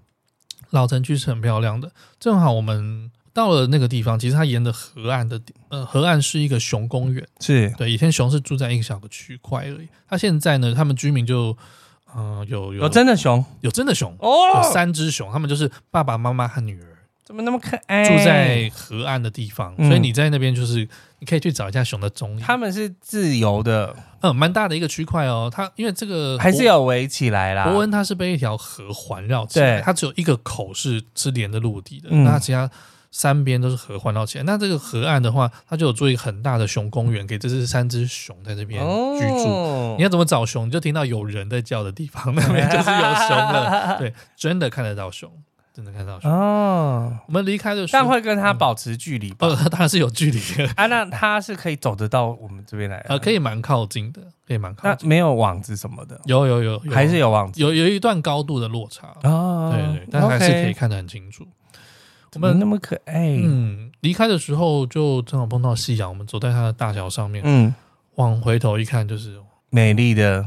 S1: 老城区是很漂亮的。正好我们到了那个地方，其实它沿着河岸的地，呃，河岸是一个熊公园。
S2: 是，
S1: 对，以前熊是住在一个小的区块而已。它现在呢，他们居民就，呃，有有
S2: 有哦真的熊
S1: 有真的熊，有
S2: 哦，
S1: 三只熊，他们就是爸爸妈妈和女儿
S2: 怎么那么可爱？
S1: 住在河岸的地方，
S2: 哎嗯
S1: 所以你在那边就是你可以去找一下熊的踪影。
S2: 他们是自由的，
S1: 嗯，蛮大的一个区块哦。它因为这个
S2: 还是有围起来啦？
S1: 伯恩它是被一条河环绕起来，
S2: 对
S1: 它只有一个口是是连着陆地的，
S2: 嗯
S1: 那它其他三边都是河环绕起来。那这个河岸的话，它就有做一个很大的熊公园，给这只三只熊在这边居住。
S2: 哦
S1: 你要怎么找熊？你就听到有人在叫的地方，那 边就是有熊了。对，真的看得到熊，真的看得到熊。
S2: 哦，
S1: 我们离开的时
S2: 但
S1: 候，
S2: 会跟它保持距离吧？
S1: 呃，当然是有距离的，
S2: 啊，那它是可以走得到我们这边来的
S1: 呃，可以蛮靠近的，可以蛮靠
S2: 那
S1: 近。
S2: 没有网子什么的，
S1: 有有有，有
S2: 还是有网子
S1: 有有一段高度的落差，
S2: 哦
S1: 对对，但还是可以
S2: OK，
S1: 看得很清楚。我
S2: 怎么
S1: 们
S2: 那么啊可爱？
S1: 嗯，离开的时候就正好碰到夕阳，我们走在它的大桥上面，
S2: 嗯，
S1: 往回头一看，就是
S2: 美丽的，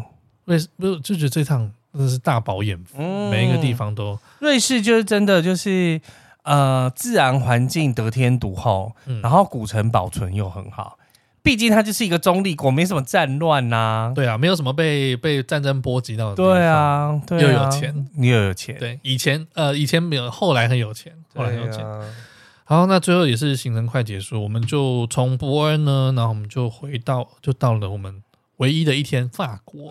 S1: 为不是就觉得这趟真的是大饱眼福，
S2: 嗯
S1: 每一个地方都，
S2: 瑞士就是真的就是呃，自然环境得天独厚，
S1: 嗯
S2: 然后古城保存又很好。毕竟它就是一个中立国，没什么战乱呐、
S1: 对啊，没有什么被被战争波及到的，
S2: 对，啊，对啊，
S1: 又有钱，
S2: 你又有钱，
S1: 对，以前呃以前没有，后来很有钱，后来很有
S2: 对
S1: 钱。
S2: 啊
S1: 好，那最后也是行程快结束，我们就从伯恩呢，然后我们就回到就到了我们唯一的一天法国，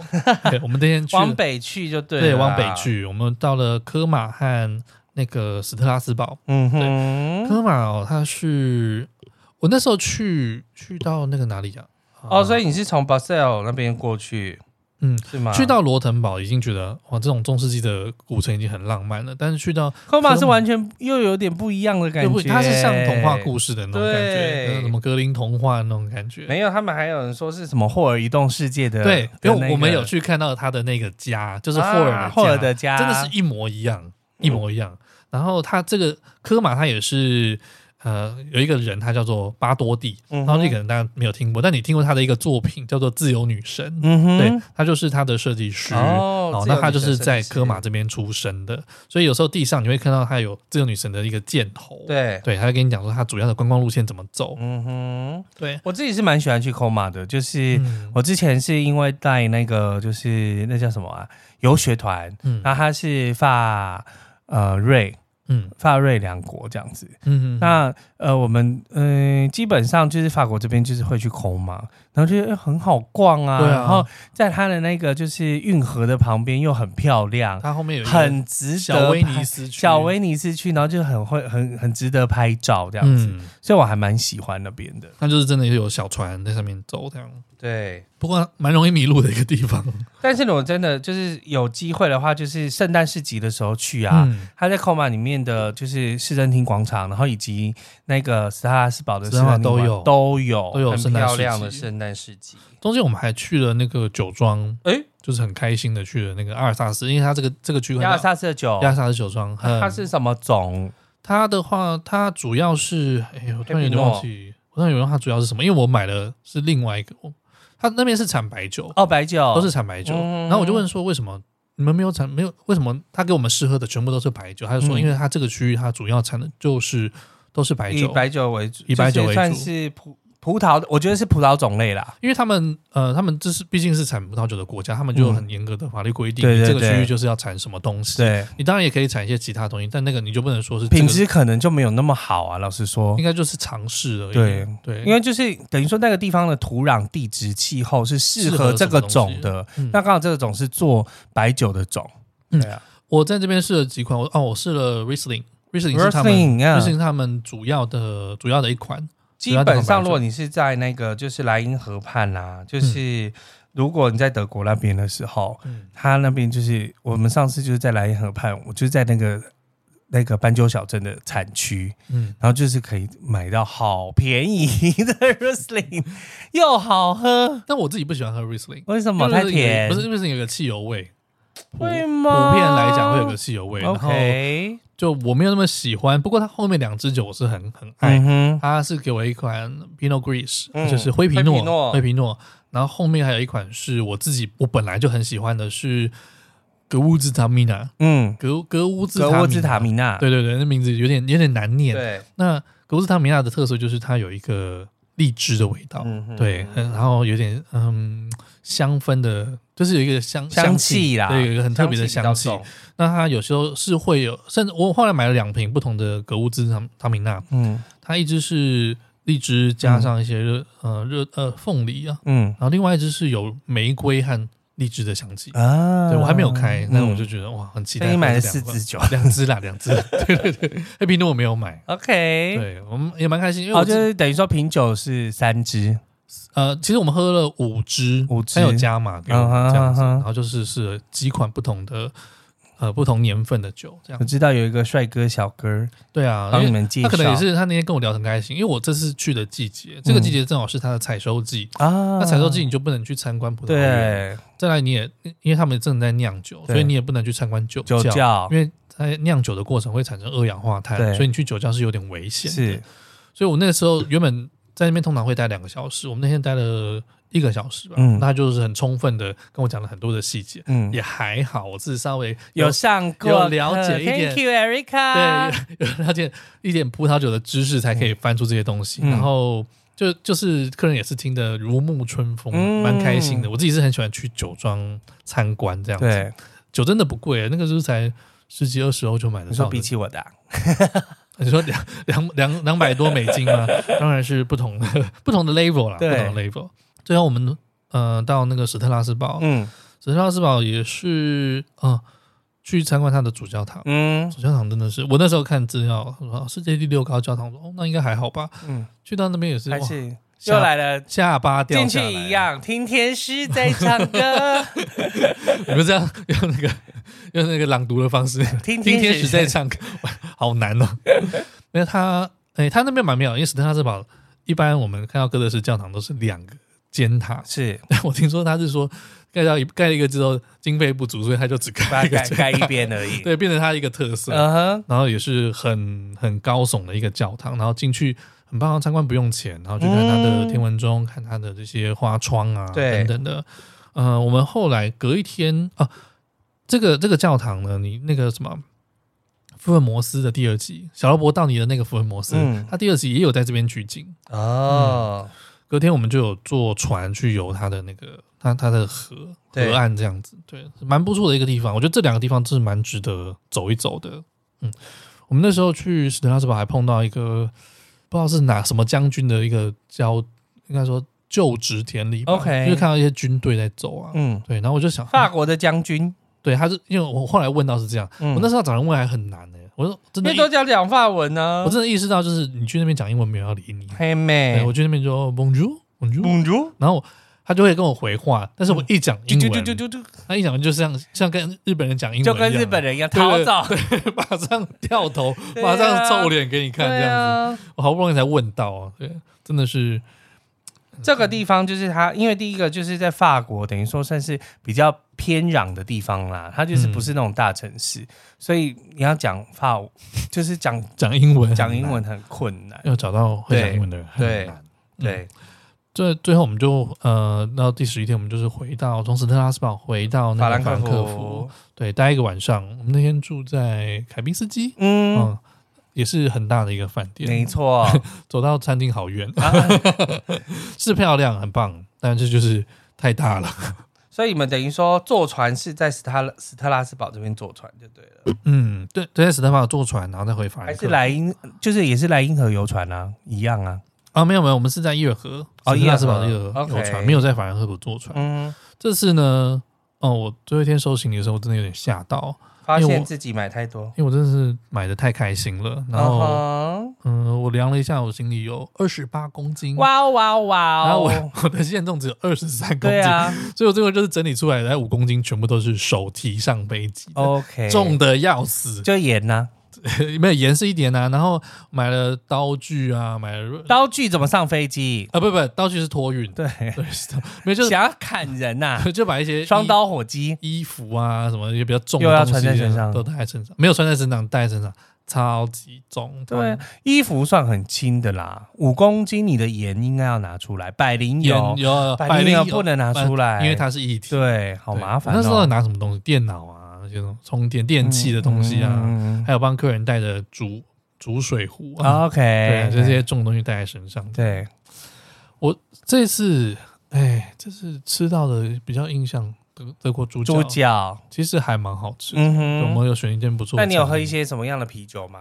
S1: 对我们那天去了
S2: 往北去就对了，啊
S1: 对，往北，去，我们到了科马和那个斯特拉斯堡。
S2: 嗯哼，
S1: 科马哦，它是我那时候去去到那个哪里啊？
S2: 哦，所
S1: 以
S2: 以你是从 b a s e l 那边过去，
S1: 嗯
S2: 是吗？
S1: 去到罗滕堡已经觉得哇，这种中世纪的古城已经很浪漫了，但是去到
S2: 科马
S1: 科
S2: 是
S1: 马
S2: 完全又有点不一样的感
S1: 又
S2: 觉
S1: 会，它是像童话故事的那种感觉，
S2: 对
S1: 就是什么格林童话那种感觉。
S2: 没有，他们还有人说是什么霍尔移动世界的，
S1: 对，因为我们有去
S2: 去，
S1: 看到他的那个家，就是
S2: 啊
S1: 霍尔的家，
S2: 霍尔的家，嗯
S1: 真的是一模一样，一模一样。然后他这个科马，他也是呃有一个人，他叫做巴多蒂，
S2: 嗯
S1: 然后这
S2: 哼
S1: 个人大家没有听过，但你听过他的一个作品叫做《自由女神》。
S2: 嗯哼，
S1: 对，他就是他的设计师
S2: 哦自由
S1: 那他就
S2: 女神
S1: 是
S2: 设计
S1: 在
S2: 师
S1: 科马这边出生的，所以有时候地上你会看到他有自由女神的一个箭头，，
S2: 对，
S1: 对，他会跟你讲说他主要的观光路线怎么走，
S2: 嗯哼，
S1: 对，
S2: 我自己是蛮喜欢去 Koma 的，就是
S1: 嗯
S2: 我之前是因为带那个就是那叫什么啊游学团，
S1: 嗯
S2: 然后他是法呃瑞
S1: 嗯
S2: 法瑞两国这样子，
S1: 嗯，
S2: 那呃，我们嗯、呃基本上就是法国这边就是会去孔马，然后觉得、呃很好逛啊，
S1: 对啊
S2: 然后在它的那个就是运河的旁边又很漂亮，
S1: 他后面有一个
S2: 很值得
S1: 小威尼
S2: 拍
S1: 斯区，
S2: 小威尼斯区，然后就很会很很值得拍照这样子，
S1: 嗯，
S2: 所以我还蛮喜欢那边的。
S1: 那就是真的有小船在上面走这样，
S2: 对，
S1: 不过蛮容易迷路的一个地 方
S2: 但是我真的就是有机会的话，就是圣诞市集的时候去啊。
S1: 嗯
S2: 它在孔马里面的就是市政厅广场，然后以及那个斯特拉斯堡的市政厅
S1: 斯特拉
S2: 广
S1: 都有
S2: 都有
S1: 都有
S2: 很
S1: 圣诞市
S2: 漂亮
S1: 集
S2: 的圣诞市集。
S1: 中间我们还去了那个酒庄，
S2: 诶
S1: 就是很开心的去了那个阿尔萨斯，因为它这个这个区块
S2: 亚
S1: 叫
S2: 尔萨斯的酒，
S1: 亚尔萨嗯斯酒庄，很
S2: 它是什么种？
S1: 它的话，它主要是，哎、我突然有点忘记，我突然有点忘记它主要是什么，因为我买的是另外一个，我它那边是产白酒，
S2: 哦，白酒
S1: 都是产白酒。
S2: 嗯
S1: 然后我就问说，为什么你们没有产？没有为什么他给我们试喝的全部都是白酒？他就说，
S2: 嗯
S1: 因为他这个区域它主要产的就是都是白
S2: 以
S1: 酒，
S2: 白酒为主，
S1: 以白酒
S2: 就是
S1: 为主
S2: 算是葡葡萄，我觉得是葡萄种类啦。
S1: 因为他们呃，他们这是毕竟是产葡萄酒的国家，他们就有
S2: 嗯
S1: 很严格的法律规定，
S2: 对对
S1: 你这个区
S2: 对
S1: 域就是要产什么东西。
S2: 对，
S1: 你当然也可以产一些其他东西，但那个你就不能说是这个
S2: 品，质可能就没有那么好啊。老实说
S1: 应，该就是尝试而已。
S2: 对
S1: 对，
S2: 因为就是等于说那个地方的土壤、地质、气候是适合这个种的。
S1: 嗯
S2: 那刚好这个种是做白酒的种，
S1: 嗯
S2: 对啊，
S1: 我在这边试了几款，我哦，我试了 Riesling。Riesling 是他们
S2: Riesling 啊
S1: Riesling 是他们主要的主要的一款，
S2: 基本上如果你是在那个就是莱茵河畔啊，就是如果你在德国那边的时候，
S1: 嗯
S2: 他那边就是我们上次就是在莱茵河畔，我就在那个那个斑鸠小镇的产区，
S1: 嗯，
S2: 然后就是可以买到好便宜的 Riesling，又好喝，
S1: 但我自己不喜欢喝 Riesling，
S2: 为什么太甜？
S1: 不是 Riesling 有个汽油味，普
S2: 会吗
S1: 普遍来讲会有个汽油味，然后
S2: ，OK，
S1: 就我没有那么喜欢，不过它后面两支酒我是很很爱，
S2: 嗯哼，
S1: 它是给我一款 Pinot Gris，、
S2: 嗯
S1: 就是灰皮
S2: 灰
S1: 诺
S2: 皮诺
S1: 灰皮诺，然后后面还有一款是我自己我本来就很喜欢的是格乌兹塔米娜，
S2: 嗯，
S1: 格格乌兹
S2: 格
S1: 塔
S2: 沃
S1: 米
S2: 兹塔
S1: 娜，
S2: 米娜，
S1: 对对对，那名字有点有点难念，
S2: 对，
S1: 那格乌斯塔米亚的特色就是它有一个荔枝的味道，
S2: 嗯哼
S1: 对，很然后有点嗯香氛的，就是有一个香
S2: 香气啦，
S1: 对，有一个很特别的
S2: 香
S1: 香
S2: 气
S1: 气
S2: 比较。重，
S1: 那它有时候是会有，甚至我后来买了两瓶不同的格乌兹塔塔米纳，
S2: 嗯
S1: 它一支是荔枝加上一些热、呃热呃凤梨啊，
S2: 嗯
S1: 然后另外一支是有玫瑰和荔枝的香气。
S2: 啊，
S1: 对，我还没有开，
S2: 嗯
S1: 那我就觉得哇，很期
S2: 所以
S1: 待。
S2: 你买了四支，酒。
S1: 两支啦，两支。对对对，黑皮诺我没有买，
S2: OK，
S1: 对我们也蛮开心，因为我
S2: 哦，
S1: 自
S2: 就
S1: 己、
S2: 是等于说品酒是三支，
S1: 呃，其实我们喝了五支，
S2: 五支
S1: 还有加码给我
S2: 嗯哼
S1: 们这样子，
S2: 嗯哼
S1: 然后就是是几款不同的呃不同年份的酒这
S2: 我
S1: 样。
S2: 知道有一个帅哥小哥
S1: 对啊，
S2: 帮你
S1: 因为
S2: 们介
S1: 他
S2: 绍，
S1: 可能也是他那天跟我聊得很开心，因为我这次去的季节，这个季节正好是他的采收季。
S2: 嗯啊，
S1: 那采收季你就不能去参观葡萄园，
S2: 对
S1: 再来你也因为他们正在酿酒，
S2: 对
S1: 所以你也不能去参观酒
S2: 酒窖
S1: 因为在酿酒的过程会产生二氧化碳
S2: 对，
S1: 所以你去酒窖是有点危险的。
S2: 是
S1: 所以我那个时候原本在那边通常会待两个小时，我们那天待了一个小时吧。
S2: 嗯
S1: 那他就是很充分的跟我讲了很多的细节，
S2: 嗯
S1: 也还好，我自己稍微
S2: 有啊上过
S1: 有了解一点
S2: ，Thank you Erica，
S1: 对有了解一点葡萄酒的知识，才可以翻出这些东西。
S2: 嗯
S1: 然后就就是客人也是听得如沐春风，
S2: 嗯
S1: 蛮开心的。我自己是很喜欢去酒庄参观这样子，
S2: 对，
S1: 酒真的不贵，那个就是才。十几二十欧就买得
S2: 你
S1: 到
S2: 说
S1: 的，
S2: 比起我的啊，
S1: 你说两两两两百多美金吗？当然是不同的不同的 level 啦，不
S2: 对
S1: 同的 level。最后我们呃到那个史特拉斯堡，
S2: 嗯
S1: 史特拉斯堡也是啊、呃去参观它的主教堂。
S2: 嗯
S1: 主教堂真的是，我那时候看资料，我说哦世界第六高教堂，我说哦，那应该还好吧。
S2: 嗯，
S1: 去到那边也是，
S2: 还
S1: 哇，
S2: 是又
S1: 下
S2: 来了。
S1: 下巴掉
S2: 进
S1: 下
S2: 去
S1: 来
S2: 一，样，听天师在唱 歌，
S1: 你们这样 用那个用那个朗读的方式，
S2: 听
S1: 听天使在
S2: 唱。
S1: 唱歌，哇 好难哦。因为他，哎、他那边蛮妙，因为史特拉斯堡一般我们看到哥德式教堂都是两个尖塔，
S2: 是
S1: 但我听说他是说盖到一盖了一个之后，经费不足，所以他就只
S2: 把
S1: 盖
S2: 它
S1: 一个
S2: 盖
S1: 这个
S2: 盖一边而 已。
S1: 对，变成他一个特色。
S2: 嗯哼，
S1: 然后也是很很高耸的一个教堂，然后进去很棒，参观不用钱，然后去看它的
S2: 嗯
S1: 天文钟，看它的这些花窗啊
S2: 对
S1: 等等的。呃，我们后来隔一天啊，这个这个教堂呢，你那个什么福尔摩斯的第二集，小罗伯到你的那个福尔摩斯，
S2: 嗯
S1: 他第二集也有在这边取景。
S2: 哦，
S1: 隔天我们就有坐船去游它的那个它它的河
S2: 对
S1: 河岸这样子，对，蛮不错的一个地方。我觉得这两个地方真是蛮值得走一走的。嗯，我们那时候去史特拉斯堡还碰到一个不知道是哪什么将军的一个交，应该说就职典礼吧
S2: OK
S1: 就是看到一些军队在走啊。
S2: 嗯，
S1: 对，然后我就想，
S2: 法
S1: 嗯
S2: 国的将军，
S1: 对，他是因为我后来问到是这样，
S2: 嗯
S1: 我那时候找人问还很难呢、我说真
S2: 因
S1: 的
S2: 为，都讲讲法文呢
S1: 我。真的意识到就是你去那边讲英文没有人要理你，
S2: 黑
S1: 对
S2: 妹
S1: 我，去那边就哦 Bonjour Bonjour，
S2: Bonjour
S1: 然后他就会跟我回话，但是我一讲英
S2: 嗯就
S1: 文，
S2: 就就就就
S1: 他一讲就像像跟日本人讲英文一
S2: 就
S1: 样，
S2: 跟日本人一样
S1: 对
S2: 逃走。
S1: 对对马上掉头，
S2: 对啊
S1: 马上臭脸给你 看，这样
S2: 对
S1: 子，
S2: 啊，
S1: 我好不容易才问到啊，对，真的是
S2: 这个地方就是它，因为第一个就是在法国，等于说算是比较偏壤的地方啦，它就是不是那种大城市，所以你要讲法， 就是讲
S1: 讲英文很难，
S2: 讲英文很困难。
S1: 要找到会讲英文的人很
S2: 对
S1: 难。嗯
S2: 对，
S1: 最最后我们就呃，到第十一天，我们就是回到从斯特拉斯堡回到那
S2: 法
S1: 个
S2: 兰
S1: 法
S2: 克
S1: 兰克
S2: 福
S1: 福，，对，待一个晚上。我们那天住在凯宾斯基，
S2: 嗯，
S1: 嗯，也是很大的一个饭店，
S2: 没错，
S1: 走到餐厅好远，
S2: 啊
S1: 是漂亮，很棒，但是就是太大了。
S2: 所以你们等于说坐船是在斯特拉斯特拉斯堡这边坐船就对了，
S1: 嗯，对，对，在史丹堡坐船，然后再回法兰
S2: 还
S1: 克
S2: 是。莱茵，就是也是莱茵河游船啊，一样啊，
S1: 啊？没有没有，我们是在伊尔河，
S2: 哦
S1: 斯特拉斯堡
S2: 伊
S1: 伊
S2: 尔
S1: 尔
S2: 河
S1: 河有
S2: OK
S1: 船，没有在法兰克福坐船。
S2: 嗯，
S1: 这次呢，哦，我最后一天收行李的时候，我真的有点吓到，
S2: 发
S1: 因为
S2: 现
S1: 我
S2: 自己买太多，
S1: 因为我真的是买的太开心了。然后，
S2: 嗯哼
S1: 嗯、我量了一下，我行李有二十八公斤，
S2: 哇哦哇哦哇
S1: 然后
S2: 哦
S1: 我， 我的限重只有二十三公
S2: 对
S1: 斤，
S2: 啊
S1: 所以我最后就是整理出来的五公斤全部都是手提上飞机的。
S2: ，OK，
S1: 重的要死，
S2: 就演呐、
S1: 没有盐是一点啊，然后买了刀具啊，买了
S2: 刀具怎么上飞机？
S1: 啊不不，刀具是托运，
S2: 对，
S1: 对，是的没有就
S2: 想要砍人呐、
S1: 就把一些衣
S2: 双刀火鸡。
S1: 衣服啊什么一些比较重的
S2: 又要
S1: 东西啊
S2: 穿在身上
S1: 都带在身上，没有穿在身上，带在身上超级重，
S2: 对，啊衣服算很轻的啦，五公斤，你的盐应该要拿出来，百灵
S1: 有
S2: 油，
S1: 有
S2: 百灵油不能拿出来，
S1: 因为它是一体，
S2: 对，好
S1: 对
S2: 麻烦、哦。
S1: 那时候拿什么东西？电脑啊，那些种充电电器的东西啊，
S2: 嗯嗯嗯
S1: 还有帮客人带的煮煮水壶啊，
S2: OK，
S1: 对，
S2: 对
S1: 这些重的东西带在身上，
S2: 对，
S1: 这次，哎，这次吃到的比较印象德德国猪脚，
S2: 猪脚，
S1: 其实还蛮好吃的。
S2: 嗯
S1: 我
S2: 哼。
S1: 们有选一间不错的
S2: 那
S1: 餐
S2: 你
S1: 厅。
S2: 有喝一些什么样的啤酒吗？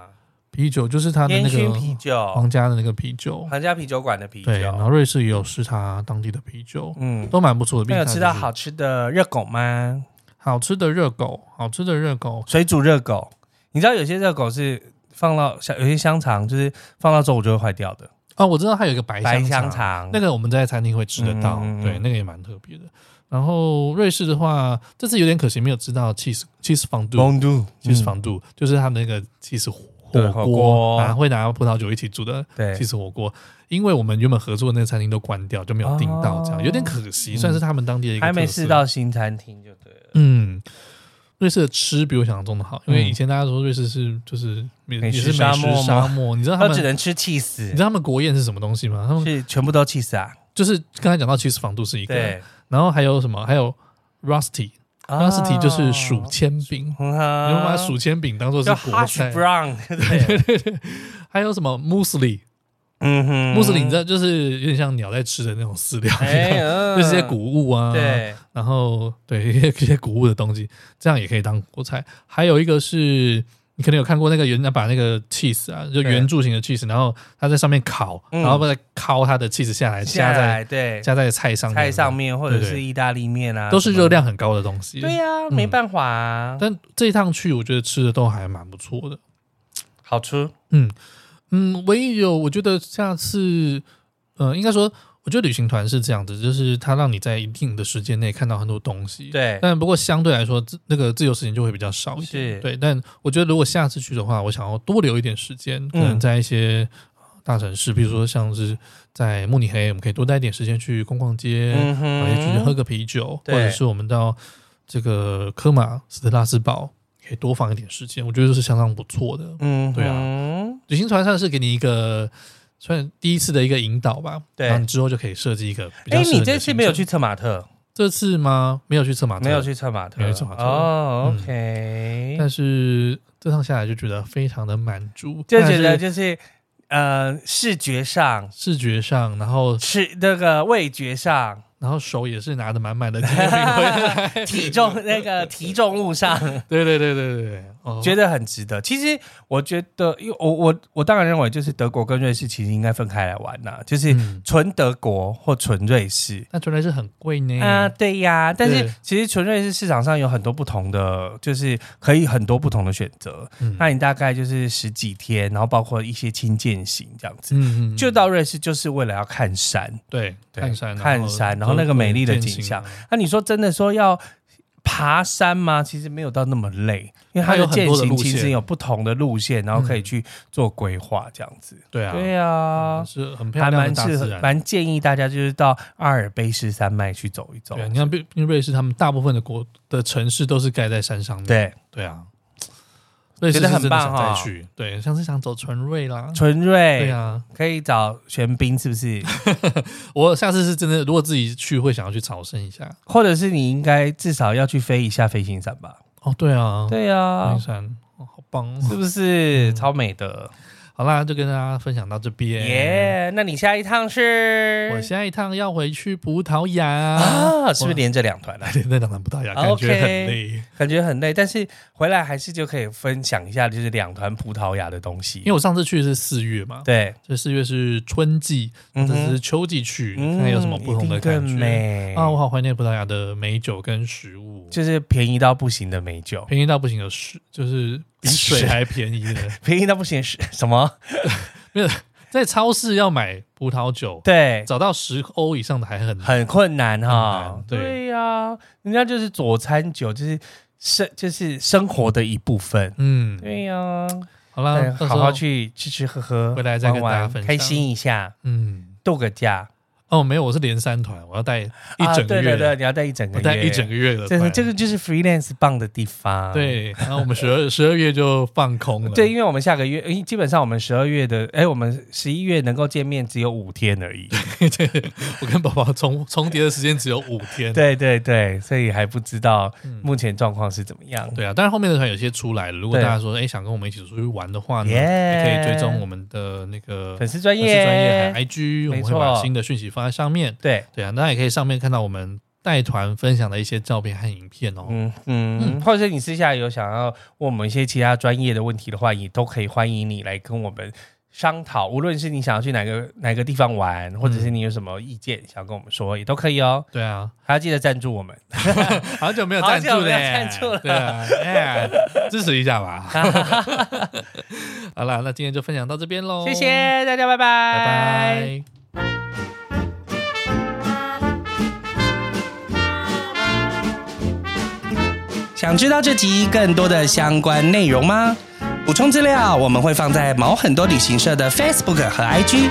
S1: 啤酒？就是它的
S2: 烟
S1: 那
S2: 熏啤
S1: 个
S2: 酒，
S1: 皇家的那个啤酒，
S2: 皇家啤酒馆的啤
S1: 对，然
S2: 酒。
S1: 后瑞士也有试它当地的啤酒，
S2: 嗯，
S1: 都蛮不错的。
S2: 那有
S1: 毕
S2: 吃
S1: 竟它
S2: 到
S1: 就是
S2: 好吃的热狗吗？
S1: 好吃的热狗，好吃的热狗，
S2: 水煮热狗，你知道有些热狗是放到香，有些香肠就是放到之后我就会坏掉的。
S1: 哦，我知道它有一个白
S2: 白
S1: 香
S2: 香肠，
S1: 那个我们在餐厅会吃得到，
S2: 嗯嗯嗯
S1: 对，那个也蛮特别的。然后瑞士的话，这次有点可惜没有吃到 cheese cheese fondue。
S2: 蒙度
S1: 起司防度，就是他们那个起司火
S2: 嗯对
S1: 火
S2: 火
S1: 锅
S2: 锅
S1: 啊，会拿葡萄酒一起煮的
S2: 对
S1: 起，司火锅。因为我们原本合作的那个餐厅都关掉，就没有订到，这样
S2: 哦
S1: 有点可惜，
S2: 嗯
S1: 算是他们当地的一个
S2: 还没
S1: 特色
S2: 试。到新餐厅就对了。
S1: 嗯，瑞士的吃比我想象中的好，因为
S2: 嗯
S1: 以前大家说瑞士是就是美
S2: 美
S1: 也是
S2: 食
S1: 美
S2: 沙漠
S1: 食
S2: 吗
S1: 沙漠，你知道他
S2: 他只
S1: 们
S2: 能吃气死
S1: 你知，道他们国宴是什么东西吗？他们
S2: 是全部都气死啊！
S1: 就是刚才讲到起司防度是一个，
S2: 对，
S1: 然后还有什么？还有 rusty，rusty
S2: 啊
S1: 就是薯，签饼，
S2: 嗯
S1: 你们把
S2: 哼，
S1: 薯签饼当做是
S2: 叫
S1: 国
S2: hash
S1: 菜。
S2: brown，对，
S1: 还有什么 musli？
S2: 嗯哼
S1: 穆斯林，你知道，就是有点像鸟在吃的那种饲料，
S2: 哎，嗯
S1: 就是一些谷物啊，，
S2: 对，
S1: 然后对一些一些谷物的东西，这样也可以当国菜。还有一个是你可能有看过那个人家把那个 cheese 啊，就
S2: 对
S1: 圆柱形的 cheese，然后他在上面烤，
S2: 嗯
S1: 然后再烤它的 cheese 下来，
S2: 下
S1: 加在
S2: 来对，
S1: 加在菜上面，
S2: 菜上面或者
S1: 对
S2: 是
S1: 对
S2: 意大利面啊，
S1: 都是
S2: 什么
S1: 热
S2: 的。
S1: 量嗯很高的东西。
S2: 对呀，没办法啊，
S1: 但这一趟去，我觉得吃的都还蛮不错的。
S2: 好吃。
S1: 嗯，唯一有我觉得下次，呃，应该说，我觉得旅行团是这样子，就是它让你在一定的时间内看到很多东西。。
S2: 对，
S1: 但不过相对来说，自那个自由时间就会比较少一
S2: 是嗯
S1: 点。对。但我觉得如果下次去的话，我想要多留一点时间，可能在一些呃大城市，比如说像是在慕尼黑，我们可以多待一点时间去逛逛街，
S2: 嗯
S1: 然后也许去喝
S2: 哼，
S1: 个啤酒，或
S2: 对
S1: 者是我们到这个科马斯特拉斯堡，可以多放一点时间，我觉得这是相当不错的。
S2: 嗯哼，
S1: 对
S2: 啊，
S1: 旅行团算是给你一个算第一次的一个引导吧，
S2: 对
S1: 然后你之后就可以设计一个比较
S2: 哎，
S1: 适合
S2: 你
S1: 的
S2: 这次没有去
S1: 行程？
S2: 策马特，
S1: 这次吗？没有去策马特，
S2: 没有。去策马特，
S1: 没有去策马特
S2: 哦
S1: 嗯
S2: ，OK，
S1: 但是这趟下来就觉得非常的满足，
S2: 就
S1: 但
S2: 觉得
S1: 是
S2: 就是呃，视觉上、
S1: 视觉上，然后
S2: 吃那个味觉 上、
S1: 然后手也是拿的满满的纪 念品回来，
S2: 体重那个体重物上，
S1: 对对对对对对，哦，
S2: 觉得很值得。其实我觉得，因为我我我当然认为，就是德国跟瑞士其实应该分开来玩呐、就是
S1: 嗯
S2: 纯德国或纯瑞士。
S1: 那纯然是很贵呢，
S2: 啊、对呀，但是
S1: 嗯对
S2: 其实纯瑞士市场上有很多不同的，就是可以很多不同的选择。
S1: 嗯
S2: 那你大概就是十几天，然后包括一些轻健行这样子，
S1: 嗯嗯
S2: 就到瑞士就是为了要看山。
S1: 对
S2: 对
S1: 看山
S2: 看山然后那个美丽的景象，
S1: 啊
S2: 那、你说真的说要爬山吗？其实没有到那么累，因为它
S1: 它有
S2: 的
S1: 很
S2: 健
S1: 多的
S2: 行
S1: 路
S2: 其实
S1: 线
S2: 有不同的路线，然后可以
S1: 嗯
S2: 去做规划这样子。
S1: 对啊，
S2: 对啊
S1: 嗯，是很漂
S2: 还
S1: 亮的
S2: 蛮
S1: 大
S2: 适
S1: 自
S2: 合，
S1: 然。
S2: 蛮建议大家就是到阿尔卑斯山脉去走一走
S1: 对。啊，你看，毕毕竟瑞士他们大部分的国的城市都是盖在山上面，
S2: 对，
S1: 对啊，瑞士
S2: 觉得
S1: 是
S2: 很
S1: 真的
S2: 棒
S1: 想
S2: 哈
S1: 再去，对，像是想走纯瑞啦，
S2: 纯瑞，
S1: 对啊，
S2: 可以找玄彬是不是？
S1: 我下次是真的，如果自己去会想要去朝圣一下。
S2: 或者是你应该至少要去飞一下飞行伞吧？
S1: 哦，对啊，
S2: 对啊
S1: 云，山、哦好棒哦！
S2: 是不是超美的？
S1: 好啦，就跟大家分享到这边。
S2: 耶！那你下一趟是？
S1: 我下一趟要回去葡萄牙，
S2: 啊，是不是连着两团啊？
S1: 对那两趟葡萄牙
S2: OK
S1: 感觉很累，
S2: 感觉很累，但是回来还是就可以分享一下，就是两团葡萄牙的东西。
S1: 因为我上次去的是四月嘛，
S2: 对，
S1: 这四月是春季，
S2: 嗯
S1: 这
S2: 哼嗯
S1: 次是秋季去，看看有什么不同的
S2: 一定
S1: 感
S2: 更
S1: 觉
S2: 美
S1: 啊！我好怀念葡萄牙的美酒跟食物，
S2: 就是便宜到不行的美 酒，
S1: 便宜到不行的是，就是比水还便宜的，
S2: 便宜到不行是什么？
S1: 在超市要买葡萄酒，
S2: 对，
S1: 找到十欧以上的还很
S2: 很困难
S1: 很
S2: 哈
S1: 难。对
S2: 对呀、人家就是佐餐酒，就是生就是生活的一部分。
S1: 嗯，
S2: 对呀、
S1: 好啦，
S2: 对
S1: 到时候
S2: 好好，去吃吃喝喝，
S1: 回来再跟
S2: 玩玩
S1: 大家分享
S2: 开心一下，
S1: 嗯，
S2: 度个假。
S1: 哦，没有，我是连三团，我要带一
S2: 啊
S1: 整个
S2: 对对
S1: 月的，
S2: 对，你要带一整
S1: 我
S2: 个月，
S1: 带一整个月的
S2: 这
S1: 团，
S2: 这个就是 freelance 棒的地方。。
S1: 对，然后我们十二十二月就放空了，
S2: 对，因为我们下个月，因为基本上我们十二月的，哎，我们十一月能够见面只有五天而已。
S1: 对，我跟宝宝重重叠的时间只有五天，
S2: 对对对，所以还不知道目前状况是怎么样。
S1: 嗯对啊，当然后面的团有些出来了，如果
S2: 对
S1: 大家说哎想跟我们一起出去玩的话呢，
S2: 耶
S1: 也可以追踪我们的那个
S2: 粉丝专业，
S1: 粉丝专业和 IG，我
S2: 没
S1: 们会
S2: 错
S1: 把新的讯息放在上面，
S2: 对，
S1: 对啊，大家也可以上面看到我们带团分享的一些照片和影片哦，
S2: 嗯嗯，或者是你私下有想要问我们一些其他专业的问题的话，也都可以欢迎你来跟我们商讨。无论是你想要去哪个哪个地方玩，或者是你有什么意见想要跟我们说，也都可以哦。
S1: 对啊，
S2: 还要记得赞助我们。
S1: 好久没有赞助
S2: 好久
S1: 了，
S2: 没有赞助了
S1: 对啊， 哎，支持一下吧。好啦，那今天就分享到这边喽，
S2: 谢，谢大家，拜
S1: 拜
S2: 拜，
S1: 拜。
S2: 想知道这集更多的相关内容吗？补充资料我们会放在毛很多旅行社的 Facebook 和 IG，